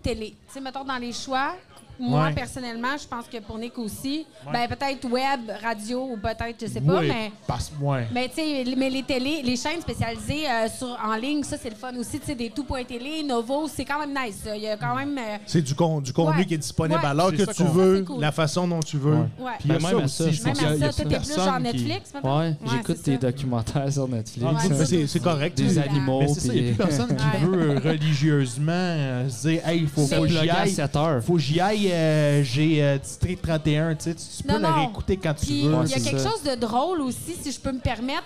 télé. Tu sais, mettons dans les choix, moi,
Ouais.
personnellement, je pense que pour Nick aussi, ben peut-être web, radio ou peut-être, je sais pas,
Oui,
mais...
Parce ouais.
Mais tu sais, mais les télés, les chaînes spécialisées euh, sur, en ligne, ça c'est le fun aussi, tu sais, des tout points télé, Novo, c'est quand même nice. ça. Il y a quand même euh,
C'est du, con- du contenu
Ouais.
qui est disponible
Ouais.
alors
C'est
que
ça
tu
qu'on-
veux,
Ça, c'est cool.
la façon dont tu veux.
Ouais.
ouais.
Puis il
Ben,
y a
ça
ça
aussi,
aussi, je
je
même
pense
pense
à
qu'il y a-
ça,
il
toi,
y a
t'es plus genre
personne qui-
Netflix, maintenant?
Ouais, j'écoute
c'est
des
ça.
documentaires sur Netflix. euh,
Ah,
Mais
Ouais.
C'est c'est correct.
Des
ça.
animaux.
Mais c'est ça, il n'y a
Oh, puis,
plus personne qui
Ouais.
veut euh, religieusement euh, se dire Hey, il faut
C'est
faut que j'y
plugué à
aille.
7 heures.
Faut que j'y aille, euh, j'ai euh, District 31. Tu, sais, tu- tu peux
Non,
la
non.
réécouter quand tu
Puis
veux.
il y a
c'est
quelque
ça.
chose de drôle aussi, si je peux me permettre.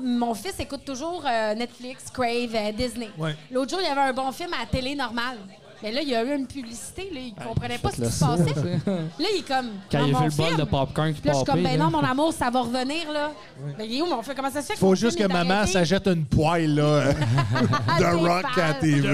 Mon fils écoute toujours euh, Netflix, Crave, euh, Disney.
Ouais.
L'autre jour, il y avait un bon film à la télé normale. Mais là, il y a eu une publicité, là, il
Ah,
comprenait pas ce qui
faites-le
se passait. Là, il est comme.
Quand
dans
il a
mon
vu le bol
film.
de popcorn qui
Puis Là, je suis comme,
popait,
ben
là.
non, mon amour, ça va revenir, là. Mais Guillaume, on fait comment ça se fait?
Faut juste que maman s'achète une poêle là, de
C'est
rock à la
Ah, pâle.
TV.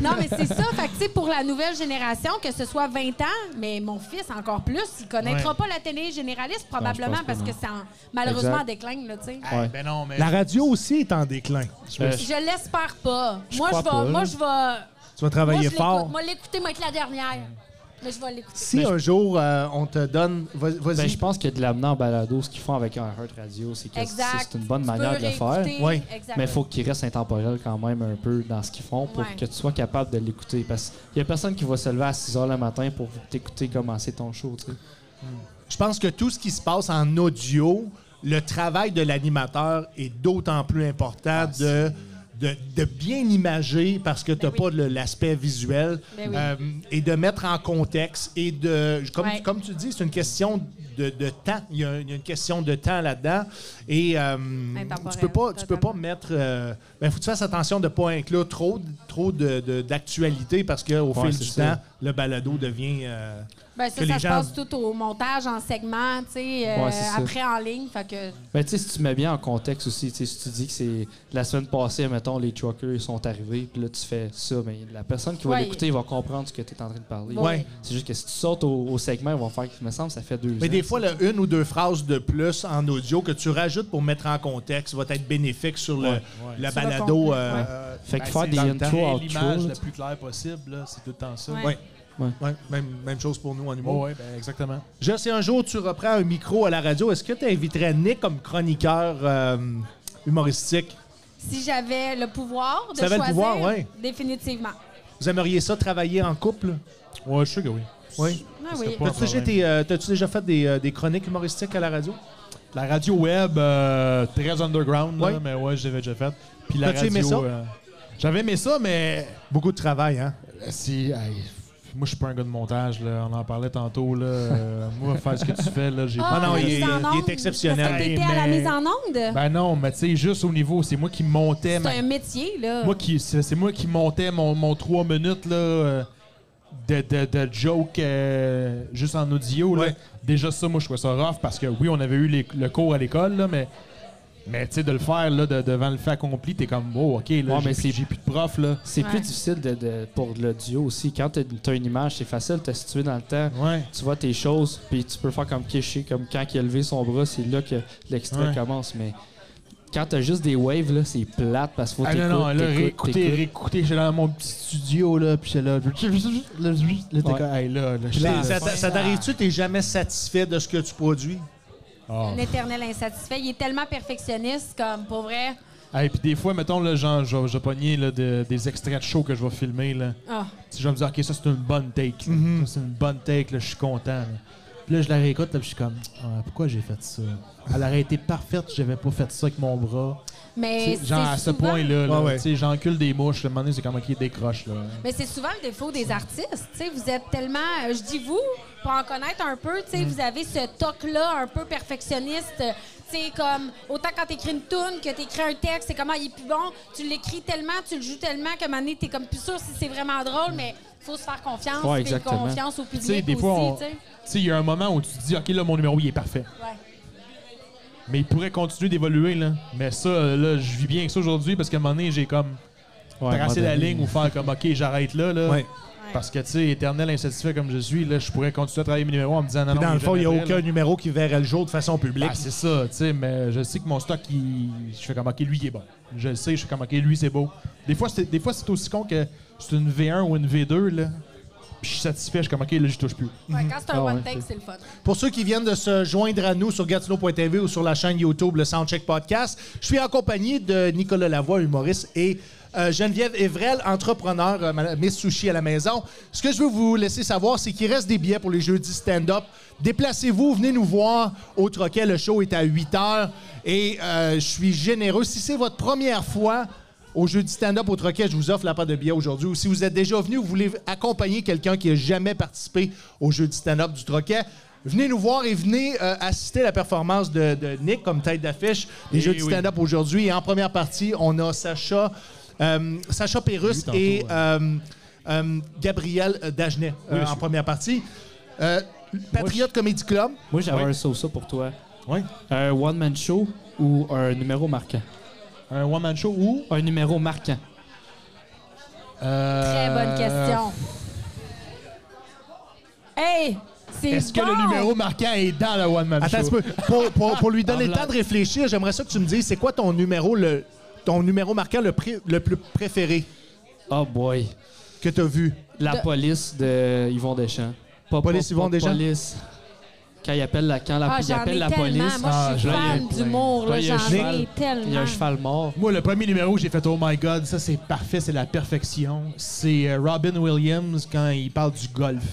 Non, mais c'est ça. Fait que, tu sais, pour la nouvelle génération, que ce soit 20 ans, mais mon fils encore plus, il connaîtra
Ouais.
pas la télé généraliste, probablement,
pas,
parce
non.
que c'est en- malheureusement
Exact.
en déclin, là, tu sais.
Hey, ben non, mais.
La radio aussi est en déclin.
Euh,
Je l'espère pas. moi,
crois
je vais.
pas, là.
moi, je vais.
Tu vas
Moi,
travailler
je l'écoute.
fort.
Moi, l'écouter, moi, être la dernière. Mais je vais l'écouter.
Si un jour euh, on te donne. va- Vas-y.
Ben, je pense que de l'amener en balado, ce qu'ils font avec un Heart Radio, c'est que c'est
Exact.
c'est une bonne
Tu
manière
peux
de le faire.
réécouter,
Ouais.
exact.
Mais il faut qu'il reste intemporel quand même un peu dans ce qu'ils font pour
Ouais.
que tu sois capable de l'écouter. Parce qu'il n'y a personne qui va se lever à 6 h le matin pour t'écouter commencer ton show. tu sais.
Je pense que tout ce qui se passe en audio, le travail de l'animateur est d'autant plus important de, de, de bien imager parce que tu n'as
Ben
pas le- l'aspect visuel
Ben oui.
euh, et de mettre en contexte et de, comme,
Ouais.
comme tu dis, c'est une question de, de temps. Il y, a, il y a une question de temps là-dedans et euh, tu peux pas, tu peux pas
totalement.
mettre. Il faut que tu fasses attention de ne pas inclure trop, d- trop de- de- d'actualité parce qu'au
Ouais,
fil du
c'est ça.
temps, le balado devient. euh,
Ben,
que
ça, ça
les
se
gens-
passe tout au montage, en segment, tu sais, euh,
Ouais, c'est ça.
après en ligne. Fait que,
Mais tu sais, si tu mets bien en contexte aussi, tu sais, si tu dis que c'est la semaine passée, mettons, les truckers ils sont arrivés, puis là tu fais ça, mais la personne qui va
Ouais.
l'écouter va comprendre ce que tu es en train de parler.
Ouais. Ouais.
C'est juste que si tu sautes au, au segment, ils vont faire, il me semble, ça fait deux
Mais
ans,
des
ça.
fois, là, une ou deux phrases de plus en audio que tu rajoutes pour mettre en contexte va être bénéfique sur le, la
Sur le
balado.
contenu,
euh,
ouais.
euh,
Fait que
Ben,
faire
c'est
des
dans le temps.
intro,
Et
outro,
L'image
là,
la plus claire possible, là, c'est tout le temps ça.
ouais.
ouais.
Ouais.
Ouais, même, même chose pour nous, animaux.
Oh, ouais, ben, exactement.
Je sais, un jour, tu reprends un micro à la radio. Est-ce que tu inviterais Nick comme chroniqueur euh, humoristique?
Si j'avais le pouvoir de
Ça avait
choisir,
le pouvoir, ouais.
définitivement. Ah
Vous aimeriez ça, travailler en couple?
Ouais, je sais que oui.
Oui.
Ah oui.
Pas de
T'as-tu déjà,
problème.
été, euh, t'as-tu déjà fait des, euh, des chroniques humoristiques à la radio?
La radio web, euh, très underground, là,
Ouais.
mais ouais, j'avais déjà fait. Puis la
T'as-tu
radio.
aimé ça?
euh, J'avais aimé ça, mais.
Beaucoup de travail, hein?
Si, hey, moi, je suis pas un gars de montage, là. On en parlait tantôt, là. Euh, moi, faire ce que tu fais, là, j'ai.
Ah,
non,
la
il est-
mise en
il est
onde.
exceptionnel.
Parce que t'étais à la
Mais-
mise en onde.
Ben non, mais tu sais, juste au niveau, c'est moi qui montais.
c'est
ma-
un métier, là.
Moi qui, c'est c'est moi qui montais mon, mon 3 minutes, là. euh, De, de, de joke euh, juste en audio. là.
Ouais.
Déjà, ça, moi, je trouvais ça rough parce que oui, on avait eu les- le cours à l'école, là, mais, mais tu sais, de le faire là, de- devant le fait accompli, t'es comme, oh, ok, là,
Ouais,
j'ai
mais
plus-
c'est-
j'ai plus de prof, là.
c'est plus
Ouais.
difficile de, de- pour l'audio aussi. Quand tu as une image, c'est facile de te situer dans le temps.
Ouais.
Tu vois tes choses, puis tu peux faire comme Kishi, comme quand il a levé son bras, c'est là que l'extrait
Ouais.
commence. Mais quand t'as juste des waves, là, c'est plate parce qu'il faut
Ah non, non, là,
t'écoutes, t'écoutes,
réécouter,
t'écoutes.
réécouter, j'étais dans mon petit studio, là, puis j'étais là, là, là, t'es
Ouais.
comme, hey, là, là, j'étais
Ça,
là.
t'a- ça t'arrive-tu, t'es jamais satisfait de ce que tu produis?
Ah.
Un éternel insatisfait. Il est tellement perfectionniste, comme, pour vrai.
Hey, puis des fois, mettons, là, genre, je vais- je vais pogner, là, de- des extraits de show que je vais filmer, là.
Ah.
Si je vais me dire, OK, ça, c'est une bonne take. là.
Mm-hmm.
Ça, c'est une bonne take, là, je suis content. là. Puis là, je la réécoute, là, puis je suis comme, Ah, pourquoi j'ai fait ça? Elle aurait été parfaite si j'avais pas fait ça avec mon bras.
Mais
Tu sais, genre, à
c'est
ce
souvent-
point-là, là,
Ouais, ouais.
tu sais, j'encule des mouches. Le moment donné, c'est comme, OK, décroche, là.
Mais c'est souvent le défaut des artistes. tu sais, vous êtes tellement, euh, je dis vous, pour en connaître un peu, tu sais,
Mm.
vous avez ce toc-là un peu perfectionniste. euh, tu sais, comme autant quand t'écris une tune que t'écris un texte, c'est comment il est plus bon. Tu l'écris tellement, tu le joues tellement que tu t'es comme plus sûr si c'est vraiment drôle, mais faut se faire confiance,
Ouais,
puis
exactement.
confiance au
Tu sais,
public
des fois, on-
aussi. tu
tu
sais.
sais, il y a un moment où tu te dis, OK, là, mon numéro, il est parfait.
Ouais.
Mais il pourrait continuer d'évoluer, là. Mais ça, là, je vis bien avec ça aujourd'hui parce qu'à un moment donné, j'ai comme
Ouais, à un
tracer
moment
la
donné.
ligne ou faire comme, OK, j'arrête là, là.
Ouais.
Parce que, tu sais, éternel insatisfait comme je suis, là, je pourrais continuer à travailler mes numéros en me disant, non,
Puis
non,
dans le
j'ai
fond, il n'y a
jamais fait, là.
aucun numéro qui verrait le jour de façon publique.
Ah, c'est ça, tu sais, mais je sais que mon stock, il- je fais comme, OK, lui, il est bon. Je le sais, je fais comme, OK, lui, c'est beau. Des fois, c'est, des fois, c'est aussi con que c'est une V1 ou une V2, là. Puis je suis satisfait, je suis comme, OK, là, je touche plus.
Mhm. Ouais, quand c'est un
Ah ouais,
one take,
c'est-
c'est le fun.
Pour ceux qui viennent de se joindre à nous sur gatineau.tv ou sur la chaîne YouTube, le Soundcheck Podcast, je suis en compagnie de Nicolas Lavoie, humoriste, et euh, Geneviève Evrel, entrepreneur, euh, madame- Miss Sushi à la maison. Ce que je veux vous laisser savoir, c'est qu'il reste des billets pour les jeudis stand-up. Déplacez-vous, venez nous voir au Troquet. Le show est à 8 heures et euh, je suis généreux. Si c'est votre première fois, au jeu du stand-up au Troquet, je vous offre la part de billets aujourd'hui. Ou si vous êtes déjà venu, vous voulez accompagner quelqu'un qui n'a jamais participé au jeu du stand-up du Troquet, venez nous voir et venez euh, assister à la performance de, de Nick comme tête d'affiche des
Eh
jeux du
oui.
stand-up aujourd'hui. Et en première partie, on a Sacha, euh, Sacha Pérusse
tantôt,
et
ouais.
euh, euh, Gabriel euh, Dagenet euh, en première partie. Euh, Patriote Comedy Club.
Moi, j'avais
Ouais.
un ça pour toi.
Ouais.
Un one-man show ou un numéro marquant?
Un one-man show ou.
Un numéro marquant.
euh,
Très bonne question. Hey! C'est
Est-ce que
bon!
le numéro marquant est dans le one-man show?
Attends un petit peu. Pour, pour- pour lui donner le temps de réfléchir, j'aimerais ça que tu me dises c'est quoi ton numéro le ton numéro marquant le, pré- le plus préféré
Oh boy.
que tu as vu.
La
De-
police de Yvon Deschamps. Pas,
Police, ils vont déjà?
Police. Quand ils appellent la, quand la,
Ah,
ils
j'en
appellent
ai
la
tellement.
police,
Moi,
Ah,
je suis
là, il y a
fan
plein.
d'humour. là,
Là, il y a un
J'en
cheval.
ai tellement.
il y a un cheval mort.
Moi, le premier numéro, j'ai fait Oh my God, ça c'est parfait, c'est la perfection. C'est euh, Robin Williams quand il parle du golf.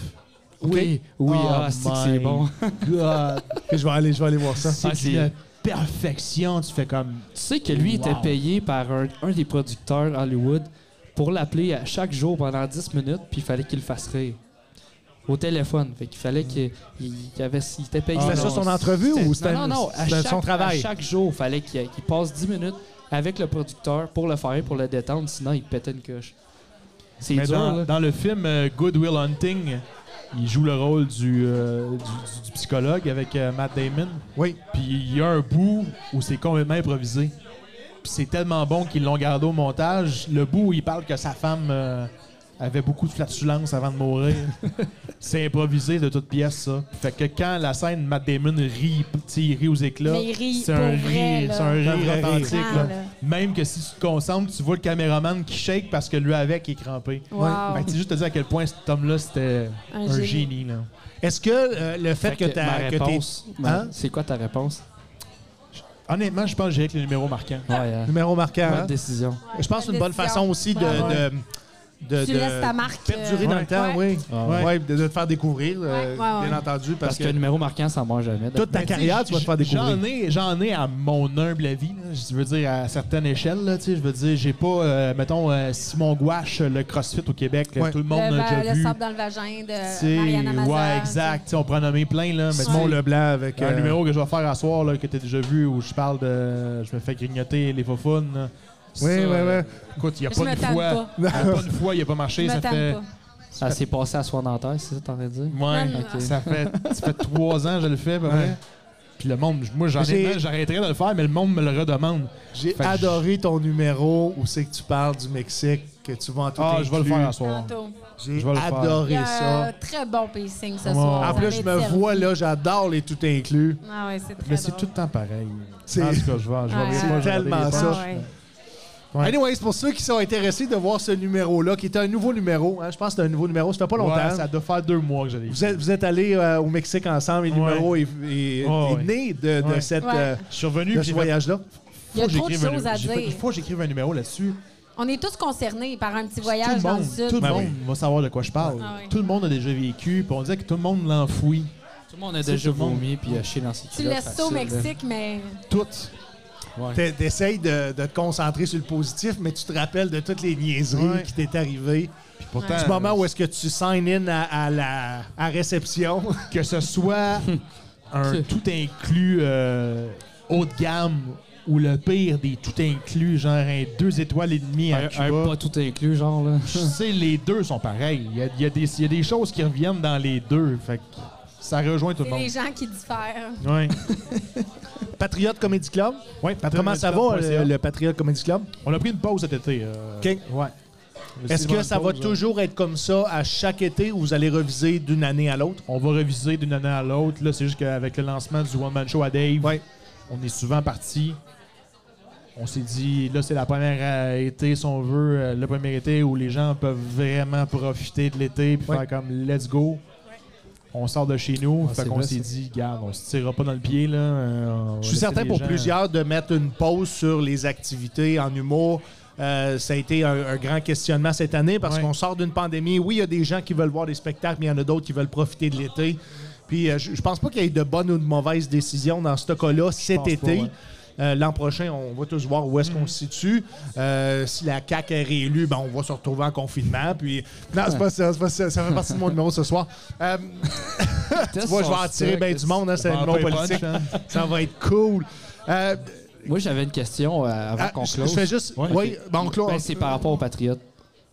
Oui, oui,
Oh
ah, c'est que c'est
my
bon.
God,
Je vais aller, je vais aller voir ça.
Ah,
c'est
c'est-
une perfection. Tu fais comme
Tu sais que lui était
Wow.
payé par un, un des producteurs Hollywood pour l'appeler à chaque jour pendant 10 minutes, puis il fallait qu'il le fasse rire. Au téléphone. Fait qu'il fallait qu'il il, il avait, il était payé.
Ah. C'était ça
Non,
son entrevue
c'était-
ou c'était
Non, non, non. À
c'était
chaque,
son travail?
à chaque jour, fallait qu'il qu'il passe 10 minutes avec le producteur pour le faire rire, pour le détendre, sinon il pétait une coche. C'est hein.
Mais
dur,
dans,
là.
dans le film euh, Good Will Hunting, il joue le rôle du, euh, du- du- du psychologue avec euh, Matt Damon.
Oui.
Puis il y a un bout où c'est complètement improvisé. Puis c'est tellement bon qu'ils l'ont gardé au montage. Le bout où il parle que sa femme euh, avait beaucoup de flatulence avant de mourir. c'est improvisé de toute pièce, ça. Fait que quand la scène, Matt Damon rit, tu sais, il rit aux éclats.
Mais il rit
C'est
pour
un
vrai,
rire,
là.
c'est un
Un vrai
rire
rire.
authentique.
Vraiment,
là.
là.
Même que si tu te concentres, tu vois le caméraman qui shake parce que lui avec est crampé.
Wow.
Fait que c'est juste te dire à quel point cet homme-là, c'était
Un
un,
génie.
génie. là.
Est-ce que euh, le fait, que, t'as-
ma
que t'es
réponse. ma-
Hein?
C'est quoi ta réponse?
Honnêtement, je pense que j'ai avec le numéro marquant.
Ouais, euh,
numéro marquant,
bonne
hein?
décision.
je pense que c'est une bonne
Décision.
façon aussi de,
Ouais.
de, de-
Tu
de
laisses ta marque.
perdurer
euh,
dans le temps,
ouais.
oui. Ouais. de, de te faire découvrir, euh,
Ouais, ouais, ouais.
bien entendu, parce,
Parce, que le
que
numéro marquant, ça meurt jamais.
toute ta
Mais Ben, tu sais,
carrière, tu vas te faire découvrir.
J'en ai, j'en ai à mon humble avis, là. je veux dire à certaines échelles. là, tu sais, je veux dire, j'ai pas, euh, mettons, euh, Simon Gouache, le CrossFit au Québec, là,
Ouais.
tout le monde
Le,
a
va-
déjà
le
vu.
sable dans le vagin
Tu
de
sais,
Mariana Mazza.
ouais, exact. Tu sais, On prend nommer plein, là. Mais
Simon
Ouais.
Leblanc avec...
Il y a un
euh,
numéro que je vais faire à soir, là, que t'as déjà vu, où je parle de. Je me fais grignoter les faufounes. là.
Oui,
Ça,
oui,
euh,
oui.
Écoute, il n'y a
Je
pas
me
une
tanne
fois.
pas.
Il y a pas une fois, il n'a pas
Je
marché.
me
Ça fait.
tanne
Ça s'est passé à soin dentaire, c'est ça que t'aurais dit?
Ouais,
Non, non,
ok. ça fait ça fait trois ans que je le fais, à peu près.
Ouais.
Puis le monde, moi j'en
J'ai-
ai- j'arrêterais de le faire, mais le monde me le redemande.
J'ai
Fait que
adoré ton numéro où c'est que tu parles du Mexique, que tu vas en tout
Ah, je vais le
inclus.
faire à
pas.
soir.
Tantôt.
J'ai
Je vais le faire.
Il y
adoré
a un
ça.
très bon pacing ce
Ouais.
soir.
En
ça
plus, je me
m'étire.
vois là, j'adore les tout inclus.
Ah ouais, c'est très
Mais c'est
drôle.
tout le temps pareil.
C'est-
En tout cas, je vais, je vais
Ouais.
des
C'est
fois, je vais
tellement
regarder des
ça.
Ah
pages.
ouais.
Ouais.
Anyways, pour ceux qui sont intéressés de voir ce numéro-là, qui est un nouveau numéro, hein, je pense que c'est un nouveau numéro, ça fait pas longtemps.
Ouais, ça doit faire deux mois que j'allais.
Vous êtes, vous êtes allés euh, au Mexique ensemble et le
Ouais.
numéro est, est-
Oh,
est
ouais.
né de, de
Ouais.
cette,
Ouais.
euh,
Je suis revenu,
de
puis
ce
j'ai fait,
voyage-là.
Il y a
faut que
trop de
j'écrive un
choses
nu-
à
j'ai fait, Il
dire.
faut que j'écrive un numéro là-dessus.
On est tous concernés par un petit
tout
voyage
le
dans
monde,
le sud.
tout le
Ben
monde va savoir de quoi je parle.
Ah oui.
Tout le monde a déjà vécu, puis on dirait que tout le monde l'enfouit.
Tout le monde a déjà vomi puis a chié dans ses
Tu
culottes
laisses ça au
facile, là.
Mexique, mais
Tout.
T'es- T'essayes de, de te concentrer sur le positif, mais tu te rappelles de toutes les niaiseries
Ouais. Euh,
qui t'est arrivée.
Puis pourtant,
Du moment où est-ce que tu sign in à, à la à réception.
que ce soit un tout inclus euh, haut de gamme ou le pire des tout inclus, genre un deux étoiles et demie à
Un,
Cuba.
un pas tout inclus, genre, là.
Je sais, les deux sont pareils. Il y a, il y a des, il y a des choses qui reviennent dans les deux. Fait que ça rejoint tout
c'est
le monde.
les gens qui diffèrent.
Ouais.
Patriote Comedy Club.
Ouais, Patrick
Comment ça va,
Medicine.ca.
le, le Patriote Comedy Club?
On a pris une pause cet été. euh,
OK.
Ouais.
Est-ce que ça va
Pause,
toujours être comme ça à chaque été ou vous allez reviser d'une année à l'autre?
On va réviser d'une année à l'autre. Là, c'est juste qu'avec le lancement du One Man Show à Dave,
Ouais.
on est souvent parti. On s'est dit, là, c'est la première euh, été, si on veut, euh, le premier été où les gens peuvent vraiment profiter de l'été puis
Ouais.
faire comme let's go. On sort de chez nous.
Ah,
fait
c'est
qu'on
vrai,
s'est
ça.
dit, garde, on se tirera pas dans le pied. Là, euh, on va
Je suis
laisser
certain
les
pour
gens- euh,
plusieurs de mettre une pause sur les activités en humour. Euh, ça a été un, un grand questionnement cette année parce
Ouais.
qu'on sort d'une pandémie. Oui, il y a des gens qui veulent voir des spectacles, mais il y en a d'autres qui veulent profiter de l'été. Puis euh, je je pense pas qu'il y ait de bonnes ou de mauvaises décisions dans ce cas-là cet
pense
été.
pas, ouais. Mm.
Euh, L'an prochain, on va tous voir où est-ce qu'on se situe. Euh, si la CAQ est réélue, ben, on va se retrouver en confinement. Puis... Non, c'est pas ça, c'est pas ça. Ça fait partie de mon numéro ce soir. Euh, tu vois, je vais attirer bien du monde. Hein, c'est
Bon,
un numéro
pas punch,
politique.
hein.
Ça va être cool. Euh,
Moi, j'avais une question euh, avant
ah,
qu'on
je
close.
je fais juste.
Ouais.
Oui, bon, Claude.
Ben, c'est par rapport aux Patriotes.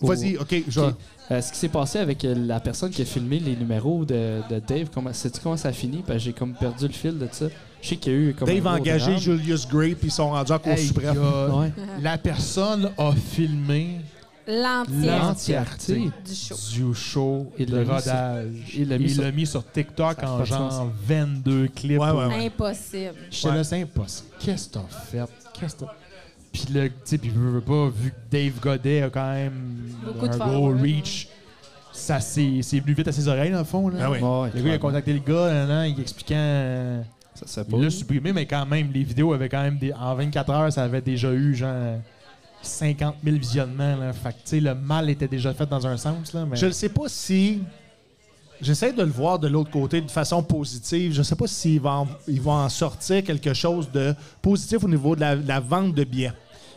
Vas-y, OK. Je...
Ok. Euh, ce qui s'est passé avec euh, la personne qui a filmé les numéros de, de Dave, comment, sais-tu comment ça a fini? Parce que j'ai comme perdu le fil de ça. Je sais qu'il y a eu comme
Dave
un
a
gros
engagé
drame.
Julius Gray, puis ils sont rendus à Cour
Hey,
suprême.
gars,
Ouais.
La personne a filmé
L'entière
L'entièreté.
du show.
du show
Il
de
l'a mis
rodage.
sur- il l'a mis sur-
mis sur TikTok
Ça a pas
en
de sens.
genre 22 clips.
Ouais, ouais, ouais.
Impossible.
J'étais
Ouais.
là, c'est impossible. Qu'est-ce que t'as fait? Qu'est-ce que t'as... Puis là, tu sais, puis veux, veux pas, vu que Dave Godet a quand même
Beaucoup de
un gros
followers,
reach, ça s'est- c'est venu vite à ses oreilles, dans le fond. Là.
Ah oui.
Ouais,
Le gars, il a contacté le gars, nan, nan, il expliquant. euh,
Ça se
il l'a supprimé, mais quand même, les vidéos avaient quand même. Des, en 24 heures, ça avait déjà eu genre 50 000 visionnements. Là. Fait que, tu sais, le mal était déjà fait dans un sens. Là, mais...
Je ne sais pas si. J'essaie de le voir de l'autre côté de façon positive. Je ne sais pas s'il va, en- il va en sortir quelque chose de positif au niveau de la, de la vente de billets.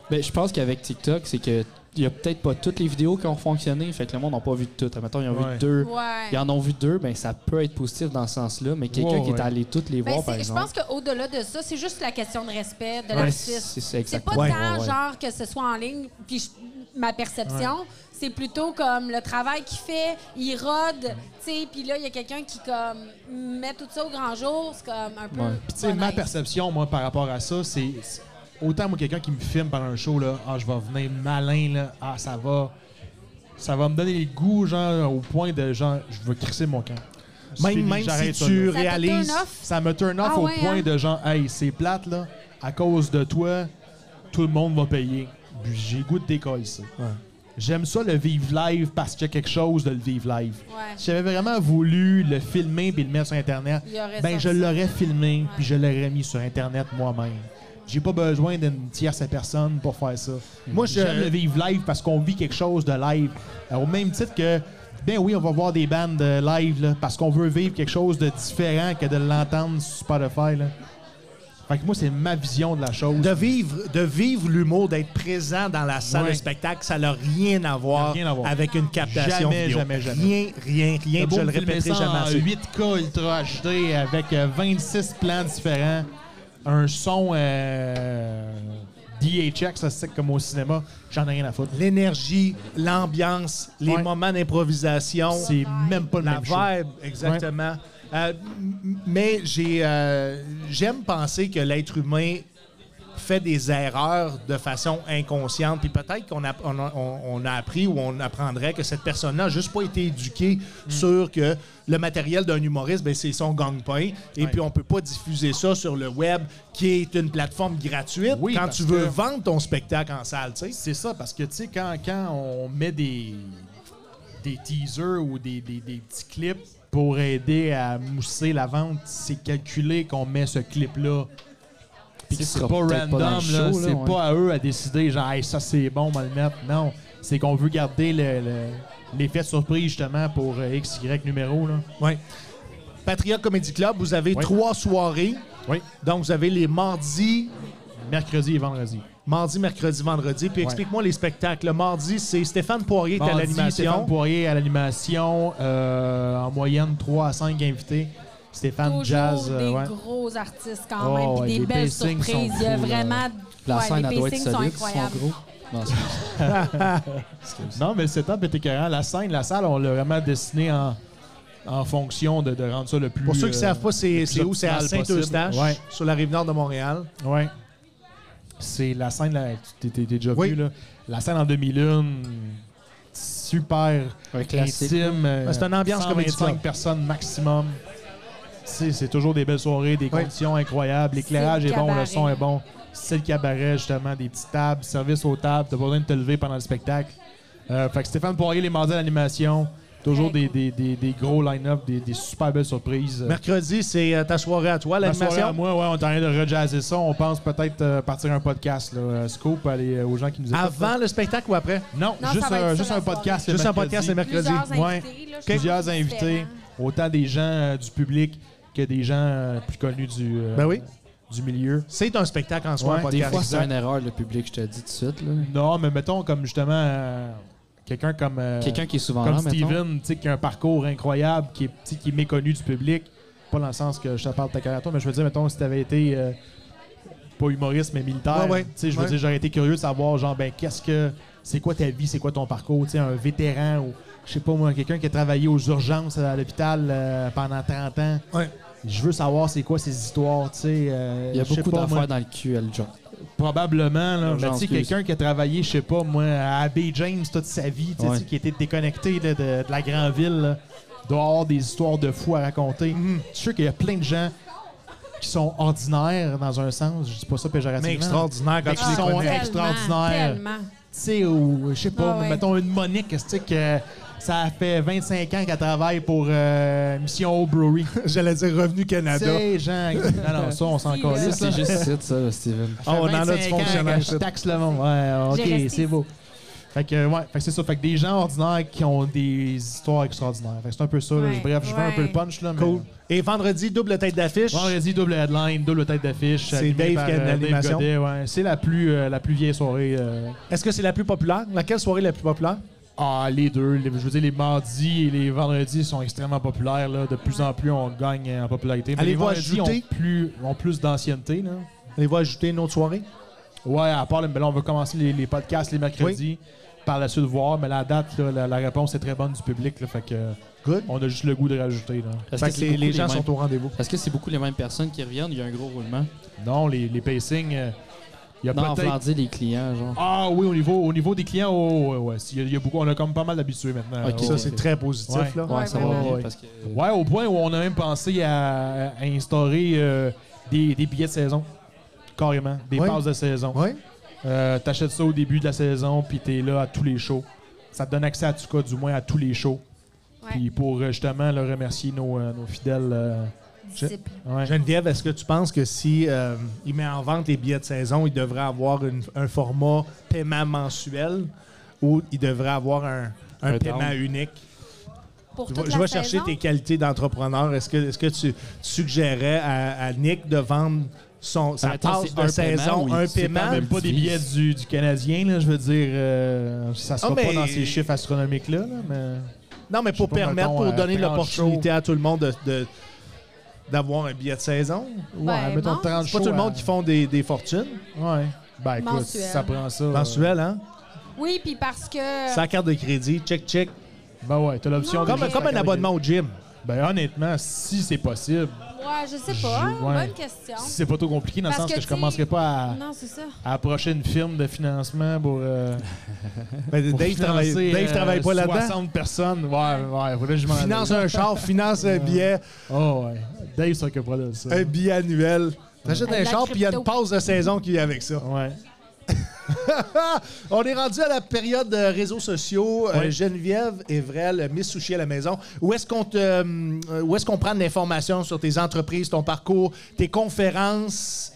Ben, je pense qu'avec TikTok, c'est que il y a peut-être pas toutes les vidéos qui ont fonctionné. Fait que le monde n'a pas vu toutes. Admettons, ils ont
Ouais.
vu deux.
Ouais.
Ils en ont vu deux, ben ça peut être positif dans ce sens-là, mais quelqu'un
Ouais,
qui
ouais.
est allé toutes les
Ben,
voir,
c'est-
par
je
exemple.
pense qu'au-delà de ça, c'est juste la question de respect de
Ouais,
l'artiste.
c'est c'est
C'est pas
exactement.
tant
Ouais,
ouais, ouais.
genre que ce soit en ligne, puis je- ma perception, c'est plutôt comme le travail qu'il fait, il rôde, tu sais, puis là, il y a quelqu'un qui comme met tout ça au grand jour, c'est comme un peu...
Ouais.
Puis, tu sais,
pas
ma
nice.
perception, moi, par rapport à ça, c'est. c'est- Autant, moi, quelqu'un qui me filme pendant un show, là, ah, je vais venir malin, là, ah, ça va. Ça va me donner le goût, genre, au point de, genre, je veux crisser mon camp. C'est
Même,
fini,
même si
j'arrête ça,
tu
là.
te
réalises.
turn off?
Ça me turn off
Ah
au
ouais,
point
hein?
de, genre, hey, c'est plate, là, à cause de toi, tout le monde va payer. Puis J'ai goût de décoller ça. J'aime ça le vivre live parce qu'il y a quelque chose de le vivre live.
Ouais.
Si j'avais vraiment voulu le filmer puis le mettre sur Internet,
Il aurait
ben je
sorti.
l'aurais filmé puis je l'aurais mis sur Internet moi-même. J'ai pas besoin d'une tierce personne pour faire ça.
Moi, je-
J'aime le vivre live parce qu'on vit quelque chose de live. Euh, au même titre que, ben oui, on va voir des bandes euh, live là, parce qu'on veut vivre quelque chose de différent que de l'entendre sur Spotify. Là. Fait que moi, c'est ma vision de la chose.
De vivre, de vivre l'humour, d'être présent dans la salle
Ouais.
de spectacle, ça n'a rien à voir
rien à voir.
avec une captation
Jamais,
vidéo.
jamais, jamais.
Rien, rien, rien.
beau
Je le
me filmer
répéterai
ça
jamais
en
assez.
8K Ultra HD avec euh, 26 plans différents, un son euh, DHX, ça c'est comme au cinéma, j'en ai rien à foutre.
L'énergie, l'ambiance, les
Ouais.
moments d'improvisation.
C'est même pas le
La
même show.
vibe, exactement. Euh, m- m- mais j'ai, euh, j'aime penser que l'être humain fait des erreurs de façon inconsciente. Puis peut-être qu'on a, on a- on- on a appris ou on apprendrait que cette personne-là n'a juste pas été éduquée
Mm.
sur que le matériel d'un humoriste, ben, c'est son gang-pain. Et puis on peut pas diffuser ça sur le web, qui est une plateforme gratuite
Oui,
quand
parce
tu veux
que-
vendre ton spectacle en salle. tu sais.
C'est ça, parce que tu sais, quand, quand on met des, des teasers ou des, des- des petits clips pour aider à mousser la vente, c'est calculé qu'on met ce clip-là. Puis
Ce
que c'est
sera
pas
peut-être
random,
pas dans le
là,
show, là,
c'est
ouais.
pas à eux à décider, genre, Hey, ça c'est bon, on va le mettre. Non, c'est qu'on veut garder le- le- l'effet de surprise justement pour euh, X, Y numéro. Là.
Ouais. Patriot Comedy Club, vous avez
Oui.
trois soirées.
Oui.
Donc, vous avez les mardis,
Mercredi et vendredi.
mardi, mercredi, vendredi. Puis
Ouais.
explique-moi les spectacles. Le mardi, c'est Stéphane Poirier qui est à
Mardi, Stéphane
l'animation.
Poirier à l'animation, euh, en moyenne 3 à 5 invités. Stéphane
Toujours
Jazz. euh,
des
ouais.
gros artistes
Oh,
quand même, puis
ouais,
des
les
belles
pacings sont
surprises. Il y a
fous, là.
vraiment...
La
ouais,
scène, elle
les
doit être
pacings sont
solide, ils sont
incroyables.
gros. Non, c'est-
Non, mais le setup est écœurant. La scène, la salle, on l'a vraiment dessiné en, en fonction de, de rendre ça le plus.
Pour ceux qui
euh,
ne savent pas, c'est
le
c'est où? C'est à
optimal
Saint-Eustache,
possible. Ouais.
sur la rive nord de Montréal.
Ouais. C'est la scène, là, tu t'es- t'es t'es déjà
Oui.
vu, là. La scène en 2001, super
Un classique.
intime. euh,
C'est une ambiance comme une
125
club.
personnes maximum. C'est c'est toujours des belles soirées, des
Oui.
conditions incroyables. L'éclairage
C'est
est,
le
bon, le
cabaret.
son est bon. C'est le cabaret, justement, des petites tables, service aux tables. T'as pas besoin de te lever pendant le spectacle. Euh, fait que Stéphane Poirier, les mardis à l'animation. Toujours
Très
des, des, des- des gros line-up, des, des super belles surprises. Euh,
Mercredi, c'est euh, ta soirée à toi,
Ma soirée à
l'animation.
moi, ouais, on est en train de rejazzer ça. On pense peut-être euh, partir un podcast, là, euh, Scoop, aller euh, aux gens qui nous écoutent.
Avant le spectacle ou après?
Non,
Non,
juste,
ça va être
un,
ça,
juste
la
un
soirée.
podcast. le
Juste un
mercredi.
podcast le mercredi.
Plusieurs
Ouais.
invités, là, je
Plusieurs
trouve
invités,
différents.
autant des gens euh, du public que des gens euh, plus connus du, euh,
Ben oui.
du milieu.
C'est un spectacle en soi,
Ouais,
un
Des
podcast.
fois, c'est
exact. Euh,
une erreur, le public, je te le dis tout de suite. là.
Non, mais mettons comme justement euh, quelqu'un comme, euh,
Quelqu'un qui est souvent
comme
là, mettons.
Steven, tu sais, qui a un parcours incroyable, qui est, tu sais, qui est méconnu du public. Pas dans le sens que je te parle de ta carrière, toi, mais je veux dire, mettons, si t'avais été euh, pas humoriste, mais militaire,
Ouais, ouais.
tu sais, je veux
Ouais.
dire, j'aurais été curieux de savoir, genre, ben, qu'est-ce que. C'est quoi ta vie, c'est quoi ton parcours, tu sais, un vétéran ou, je sais pas moi, quelqu'un qui a travaillé aux urgences à l'hôpital euh, pendant 30 ans.
Ouais.
Je veux savoir c'est quoi ces histoires, tu sais. euh,
Il y a
je sais
beaucoup
pas, moi.
d'affaires dans le cul, elle, genre.
Probablement, là.
Urgence,
Mais tu sais,
excuse.
quelqu'un qui a travaillé, je sais pas, moi, à Abbey James toute sa vie, tu sais,
Ouais.
qui était déconnecté là, de, de la grande ville, là, doit avoir des histoires de fous à raconter. Je suis sûr qu'il y a plein de gens qui sont ordinaires dans un sens, je dis pas ça péjorativement.
Mais extraordinaire quand
Mais
tu
qui
les
sont
connais.
Ah, tellement,
extraordinaires.
Tellement.
Tu sais, ou je sais pas,
Ah ouais.
mettons une Monique, tu sais, que Ça fait 25 ans qu'elle travaille pour euh, Mission Brewery.
J'allais dire Revenu
Tu
Canada.
sais, Jean. Non, non, ça, on s'en
Si,
calisse,
là.
là.
C'est juste ça, ça, Steven.
Ah, on en a du fonctionnaire.
Je taxe le monde. Ouais,
J'ai
ok,
resté
c'est beau. Fait que, ouais, fait que c'est ça. Fait que des gens ordinaires qui ont des histoires extraordinaires. Fait que c'est un peu ça. là.
Ouais,
Bref, je veux un
ouais.
peu le punch, là. mais-
Cool. Et vendredi, double tête d'affiche.
Vendredi, double headline, double tête d'affiche.
C'est
animé
Dave
par,
qui a
euh, Dave
l'animation.
Godet, ouais. C'est la, plus, euh, la plus vieille soirée. euh.
Est-ce que c'est la plus populaire? Laquelle soirée est la plus populaire?
Ah, les deux. les- je veux dire, les mardis et les vendredis sont extrêmement populaires. Là. De plus en plus, on gagne en popularité. Mais les
Allez-vous
vendredis
ajouter?
ont plus, ont plus d'ancienneté. là.
Allez-vous ajouter une autre soirée?
Ouais, à part, le- mais là, on va commencer les, les podcasts les mercredis. Par la suite, voir. Mais la date, là, la, la réponse est très bonne du public. là. fait que, euh,
Good.
on a juste le goût de rajouter. là.
Est-ce
Fait
que
que
c'est
les,
beaucoup
les gens
mêmes-
sont au rendez-vous.
Est-ce que c'est beaucoup les mêmes personnes qui reviennent? Il y a un gros roulement.
Non, les, les pacings, euh, il y a
Non,
Euh, peut-être
en les clients, genre.
Ah oui, au niveau, au niveau des clients, oh, ouais, ouais. Il y a- il y, a beaucoup, on a comme pas mal habitué maintenant.
Ok.
Oh, Ouais.
Ça, c'est très positif.
Ouais.
Là.
Ouais,
ça
vraiment.
va
Ouais.
parce que...
Ouais, au point où on a même pensé à, à instaurer euh, des, des billets de saison. Carrément, des
Ouais.
passes de saison.
Ouais.
Euh, T'achètes ça au début de la saison, puis t'es là à tous les shows. Ça te donne accès, à, en tout cas, du moins à tous les shows.
Ouais.
Puis pour euh, justement le remercier nos, euh, nos fidèles. euh,
Disciple.
ouais.
Geneviève, est-ce que tu penses que si euh, il met en vente les billets de saison, il devrait avoir une- un format paiement mensuel ou il devrait avoir un, un
Un
paiement
don.
unique?
Pour
Je
toute
vais,
la
je vais chercher
saison?
tes qualités d'entrepreneur. Est-ce que, est-ce que tu, tu suggérais à, à Nick de vendre son, sa
Attends,
passe
c'est
de
un
saison,
paiement ou
un
il- c'est
paiement?
quand
Même pas des billets du, du Canadien, là, je veux dire, euh, ça sera
Ah, mais-
pas dans ces chiffres astronomiques-là, là, mais.
Non, mais pour
Je sais pas,
permettre,
mettons,
pour
euh,
donner
30
l'opportunité à tout le monde de- de- d'avoir un billet de saison.
Ouais,
Ben,
mettons
non.
30
C'est pas tout
shows
le monde
à-
qui font des, des fortunes
Ouais. Ben écoute,
Mensuel.
si ça prend ça. euh,
mensuelles, hein?
Oui, puis parce que...
Sa carte de crédit, check, check.
Ben ouais, t'as l'option
Non,
de-
mais-
Comme, comme un abonnement au gym.
Ben honnêtement, si c'est possible,
Ouais, je sais pas.
Je- ouais.
Bonne question.
si c'est pas trop compliqué, dans le
Parce
sens que,
que
je
tu sais-
commencerai pas à,
Non, c'est ça.
à approcher une firme de financement pour. euh,
Ben,
pour
Dave travaille,
financer,
Dave
euh,
travaille pas là-dedans.
60 personnes. Ouais, ouais, faudrait que je m'en aille.
Finance un char, finance un billet,
Oh ouais. Dave s'occupera de ça.
un billet annuel. T'achètes
Avec
un
la
char, puis il y a une
crypto.
pause de saison qui vient avec ça. Ah!
Ouais.
On est rendu à la période de réseaux sociaux. Euh,
Oui.
Geneviève Evrel, Miss Sushi à la maison. Où est-ce qu'on te, euh, où est-ce qu'on prend de l'information sur tes entreprises, ton parcours, tes conférences?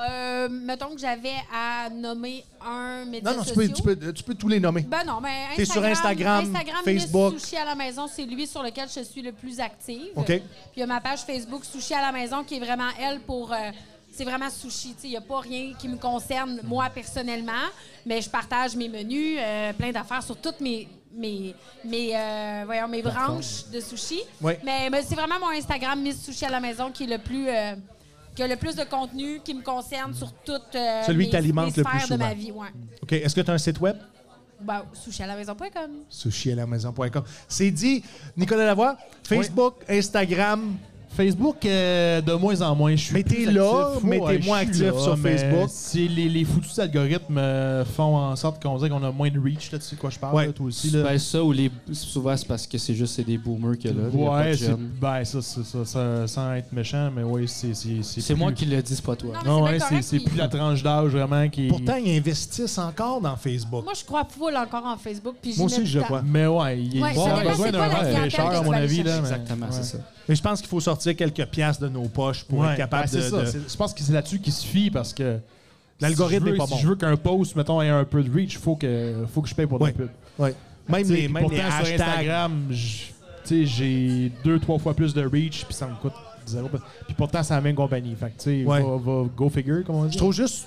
Euh, mettons que j'avais à nommer un média
Non, non, tu peux,
social.
tu, peux, tu peux tous les nommer.
Ben non, mais
T'es sur Instagram,
Miss
Facebook.
Sushi à la maison, c'est lui sur lequel je suis le plus active.
OK.
Puis il y a ma page Facebook Sushi à la maison qui est vraiment elle pour. euh, c'est vraiment sushi, tu sais, il n'y a pas rien qui me concerne moi personnellement, mais je partage mes menus, euh, plein d'affaires sur toutes mes mes mes euh, voyons, mes branches de sushi.
Oui.
Mais, mais c'est vraiment mon Instagram Miss Sushi à la maison qui est le plus euh, qui a le plus de contenu qui me concerne sur toutes euh,
Celui
mes,
qui t'alimente
mes
le plus
sphères de
souvent.
ma vie, ouais.
OK. Est-ce que tu as un site web?
Ben, sushi à la maison.com.
Sushialamaison.com. C'est dit. Nicolas Lavoie, Facebook, Instagram.
Facebook, euh, de moins en moins, je suis
Mais
plus
t'es là,
actif.
mais
Ouais,
t'es moins
je suis
actif
là,
sur
mais
Facebook.
c'est les, les foutus algorithmes euh, font en sorte qu'on dirait qu'on a moins de reach, là, tu sais de quoi je parle,
Ouais.
là, toi aussi. Là.
Ben ça, ou les... souvent, c'est parce que c'est juste c'est des boomers que là. il y a pas de
ouais, c'est-
jeunes.
ben ça, ça, ça, ça- sans être méchant, mais oui, c'est c'est plus-
C'est moi qui le dis, c'est pas toi.
Non,
Non,
mais c'est
ouais,
bien
c'est
correct,
c'est
puis-
plus la tranche d'âge vraiment qui.
Pourtant, ils investissent encore dans Facebook.
Moi, je crois full encore en Facebook. Puis j'y
Moi
mets
aussi,
du
je
temps.
crois.
mais ouais, il
Ouais,
ils ont
ça dépend
besoin
c'est
d'un
quoi la
vent
clientèle
fraîcheur,
que
à
tu
mon
vas aller
avis.
chercher.
Là, mais-
Exactement,
ouais.
c'est ça.
Mais je pense qu'il faut sortir quelques piastres de nos poches pour
Ouais,
être capable
ben, c'est
de-
ça,
de,
c'est- Je pense que c'est là-dessus qu'il se fie parce que.
L'algorithme
si je
est
veux-
pas
si
bon.
je veux qu'un post, mettons, ait un peu de reach, il faut que, faut que je paye pour
Ouais.
des pubs.
Ouais. Même
T'sais,
les,
puis
même
pourtant,
les
sur
hashtags.
Instagram, je- t'sais, j'ai deux, trois fois plus de reach, puis ça me coûte zéro. Puis pourtant, c'est la même compagnie. Fait que, t'sais,
Ouais.
va, va- go figure, comme on dit.
Je trouve juste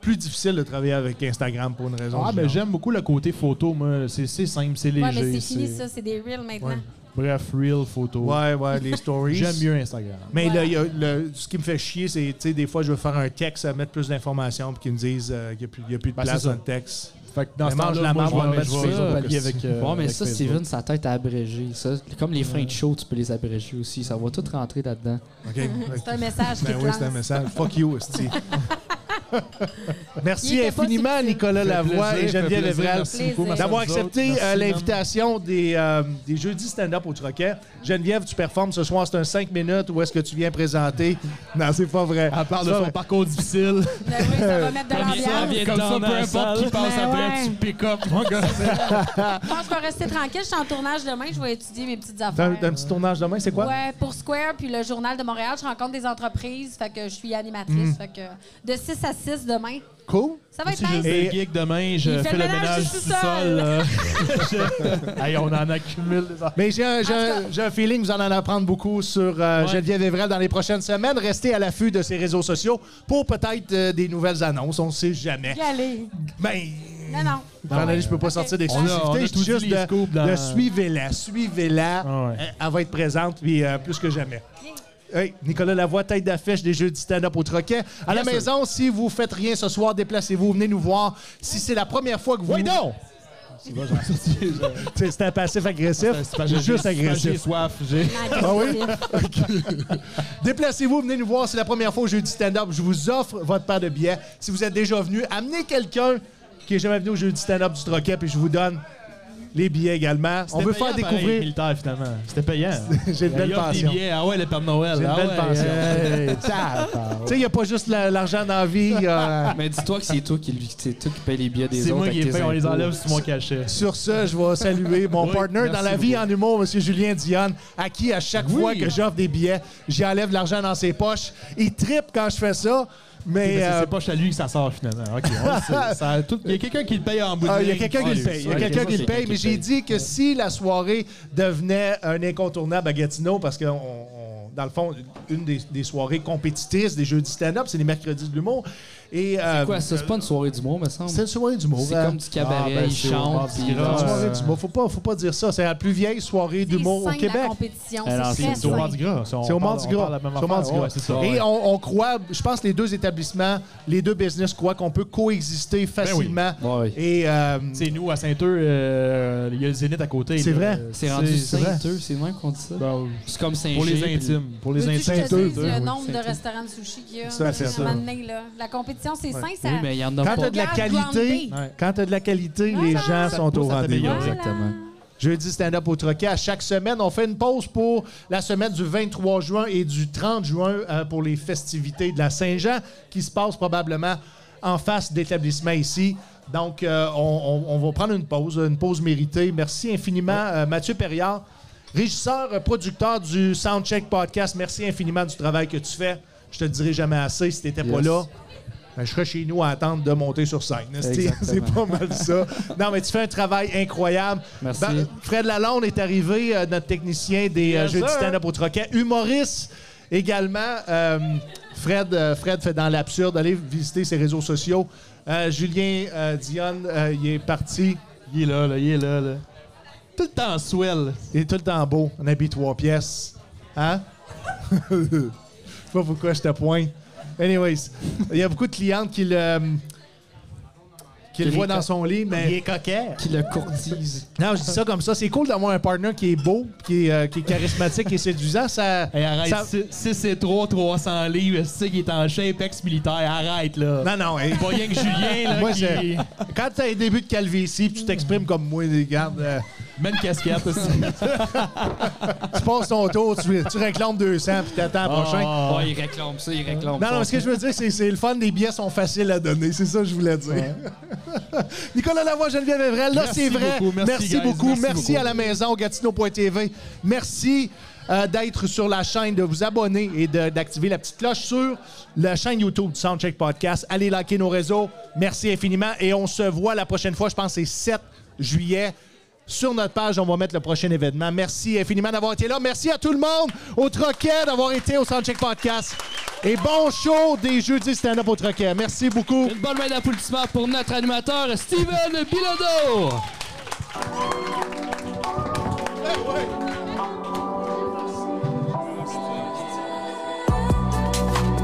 plus difficile de travailler avec Instagram pour une raison.
ah,
du
ben
genre.
j'aime beaucoup le côté photo, moi. C'est c'est simple, c'est léger.
Ouais, mais c'est fini,
c'est-
ça. C'est des reels maintenant.
Ouais.
Bref, real photo.
Ouais, ouais, les stories.
J'aime mieux Instagram.
Mais
Voilà.
là, il y a le- ce qui me fait chier, c'est, tu sais, des fois, je veux faire un texte, à mettre plus d'informations, puis qu'ils me disent euh, qu'il n'y a, plus de
Ben,
place
c'est ça.
dans le texte.
Fait que dans
Mais
ce
mange la
temps-là, moi,
marde,
je vais-
on va
je
mettre
vais- je
Facebook
vais pallier avec. euh,
Bon, mais
avec
ça,
Facebook.
Steven, sa tête à abréger. Ça, comme les fins de show, tu peux les abréger aussi. Ça va tout rentrer là-dedans.
OK?
C'est un message qui
ben
te
oui, c'est un
lance.
message. Fuck you, esti.
Il
Merci
était pas
infiniment,
subtil.
Nicolas
fait
Lavoie et
plaisir,
Geneviève
fait plaisir.
Evrel
Merci beaucoup,
Plaisir.
d'avoir
merci à vous
accepté
autres.
euh,
Merci,
l'invitation des, euh, des jeudis stand-up au Troquet. Geneviève, tu performes ce soir, c'est un 5 minutes où est-ce que tu viens présenter? Non, c'est pas vrai.
À part de
C'est pas
son
vrai.
parcours difficile.
Ben oui, ça va mettre de
Elle vient
l'ambiance.
de
Comme ça,
donner
peu
à la
importe qui
salle.
passe
Mais
après,
ouais.
tu pick up, mon gars.
Je pense que je vais rester tranquille. Je suis en tournage demain. Je vais étudier mes petites
T'as un,
affaires.
t'as un petit tournage demain, c'est quoi?
Ouais, pour Square puis le Journal de Montréal, je rencontre des entreprises. Fait que je suis animatrice. Fait que de 6 à 6 demain.
Cool.
Ça va être
Si je
nice.
fais
Et-
le gig demain, je
Il
fais le ménage
tout
tout
seul.
seul. euh, je- Hey, on en accumule des affaires.
Mais j'ai un, j'ai
En tout
un-
cas-
j'ai un feeling que vous en allez apprendre beaucoup sur euh, Geneviève Evrel dans les prochaines semaines. Restez à l'affût de ses réseaux sociaux pour peut-être euh, des nouvelles annonces. On ne sait jamais.
Y aller.
Mais
Non, non.
étant donné que je peux pas
Ok.
sortir
On a- on a
d'exclusivité. Je
tout
dis juste
dit, les
de,
scoops dans-
de suivez-la. Suivez-la.
Ah ouais.
Euh, Elle va être présente puis, euh, plus que jamais. Hey, Nicolas Lavoie, tête d'affiche des Jeux du stand-up au Troquet. À la maison, si vous faites rien ce soir, déplacez-vous, venez nous voir. Si c'est la première fois que vous...
Oui, non!
C'est- C'était passif-agressif. Juste agressif.
J'ai soif. j'ai-
Ah oui? Ok. Déplacez-vous, venez nous voir. C'est la première fois au Jeudi Stand-Up. Je vous offre votre paire de billets. Si vous êtes déjà venu, amenez quelqu'un qui est jamais venu au Jeudi Stand-Up du Troquet, puis je vous donne les billets également. On
C'était
veut faire
payant, pareil, les
découvrir...
militaires, finalement. C'était payant.
J'ai une belle
Il offre des
pension.
billets. Ah ouais, le Père Noël.
J'ai une
ah
belle pension.
ouais, hey,
Tu sais, il n'y a pas juste la- l'argent dans la vie. euh, il y a-
Ah, Mais dis-toi que c'est toi qui, lui- c'est toi qui paye les billets des
C'est
autres.
moi qui
avec
les
tes
paye, on les
impôts.
enlève sur mon cachet.
Sur ce, je vais saluer mon
Oui,
partner dans
merci
la vie
beaucoup.
en humour, M. Julien Dionne, à qui, à chaque
Oui.
fois que j'offre des billets, j'enlève de l'argent dans ses poches. Il tripe quand je fais ça, mais...
Mais
euh,
ben, c'est pas chez lui que ça sort finalement. Ok, on le sait. Ça a tout- Il y a quelqu'un qui le paye en bout de
Ah, Il y a
ligne.
quelqu'un qui le
Ouais,
paye. Il y a
ouais,
quelqu'un
moi,
qui
c'est
le paye, mais j'ai dit que si la soirée devenait un incontournable à Gatineau, parce que on- on- dans le fond, une des, des soirées compétitrices des jeux du stand-up, c'est les mercredis de l'humour. Et, euh,
Quoi, ça, c'est pas une soirée du monde, me semble.
c'est une soirée d'humour.
C'est
hein.
comme du cabaret,
Ah, ben,
ils
c'est
chantent.
au-
puis-
C'est une
Ah,
soirée
euh,
d'humour. Faut pas, faut pas dire ça. C'est la plus vieille soirée d'humour au
C'est sain,
Québec.
La compétition,
Alors,
c'est très
C'est au
sain.
Mardi Gras. si on
C'est au
parle-
Mardi
on parle
Gras.
de la même
C'est au
affaire.
Mardi Gras.
Ouais, c'est ça.
Et
ouais.
on, on croit, je pense, les deux établissements, les deux business croient qu'on peut
Ben
coexister facilement.
Ouais.
Et euh,
C'est nous à Saint-Eux, euh, il y a le Zénith à côté.
C'est
là.
vrai.
Euh,
C'est rendu
c'est vrai.
Saint-Eux, c'est le même qu'on dit ça.
ben,
C'est comme Saint-Gilles.
Pour les
puis-
intimes. Pour les
Veux-tu que je
intimes.
te dise le
oui,
nombre de
Saint-Eux.
restaurants de sushi qu'il y a?
Ça,
À un
c'est ça.
moment donné, là. La compétition, c'est sain, ça...
Oui, mais il y en a
quand
pas.
t'as de la
Regarde
qualité,
Grande
Ouais.
quand t'as de la qualité, les
Voilà.
gens sont au
pousse à ta
rendez-vous.
meilleure.
Voilà.
Exactement.
Jeudi stand-up au Troquet à chaque semaine. On fait une pause pour la semaine du 23 juin et du 30 juin euh, pour les festivités de la Saint-Jean qui se passent probablement en face d'établissements ici. Donc, euh, on, on- on va prendre une pause, une pause méritée. Merci infiniment, euh, Mathieu Perriard, régisseur, euh, producteur du Soundcheck Podcast. Merci infiniment du travail que tu fais. Je te le dirai jamais assez si tu n'étais pas
Yes.
là. Ben, je serais chez nous à attendre de monter sur scène. C'est
Exactement.
c'est pas mal ça. Non, mais tu fais un travail incroyable. Ben,
Merci.
Fred Lalonde est arrivé, euh, notre technicien des euh,
Yes,
Jeux du
sir.
stand-up au Troquet. Humoriste également. Euh, Fred, euh, Fred fait dans l'absurde. Allez visiter ses réseaux sociaux. Euh, Julien euh, Dionne, euh, il est parti.
Il est là, là, il est là, là. Tout le temps swell.
Il est tout le temps beau. Un habit trois pièces. Hein? Je sais pas pourquoi je te pointe. Anyways, il y a beaucoup de clientes qui le, qui le
Qui
voient
les
dans
co-
son lit, mais...
coquet.
Qui le courtise.
Non, je dis ça comme ça. C'est cool d'avoir un partner qui est beau, qui est, euh, qui est charismatique et séduisant. Ça,
Hey, arrête,
ça-
6 et 3, 300 livres, c'est qu'il est en shape, ex-militaire, arrête, là.
Non, non. hey,
Pas rien que Julien, là,
moi,
qui...
j'ai- Quand t'as un début de calvitie, puis tu t'exprimes comme moi, regarde, euh,
Même casquette, aussi.
tu passes ton tour, tu, tu réclames 200, puis t'attends le prochain.
Ah.
Ouais, il réclame ça, il
Non,
réclame ça.
non, ce que je veux dire, c'est c'est le fun, les billets sont faciles à donner. C'est ça que je voulais dire. Nicolas Lavoie, Geneviève Evrel, là,
Merci
c'est vrai.
beaucoup, merci, guys,
beaucoup. Merci,
merci beaucoup.
à la maison, gatineau.tv. Merci euh, d'être sur la chaîne, de vous abonner et de- d'activer la petite cloche sur la chaîne YouTube du Soundcheck Podcast. Allez liker nos réseaux. Merci infiniment. Et on se voit la prochaine fois, je pense que c'est 7 juillet. Sur notre page, on va mettre le prochain événement. Merci infiniment d'avoir été là. Merci à tout le monde au Troquet d'avoir été au Soundcheck Podcast. Et bon show des jeudis stand-up au Troquet. Merci beaucoup.
Une bonne main d'applaudissements pour notre animateur, Steven Bilodeau.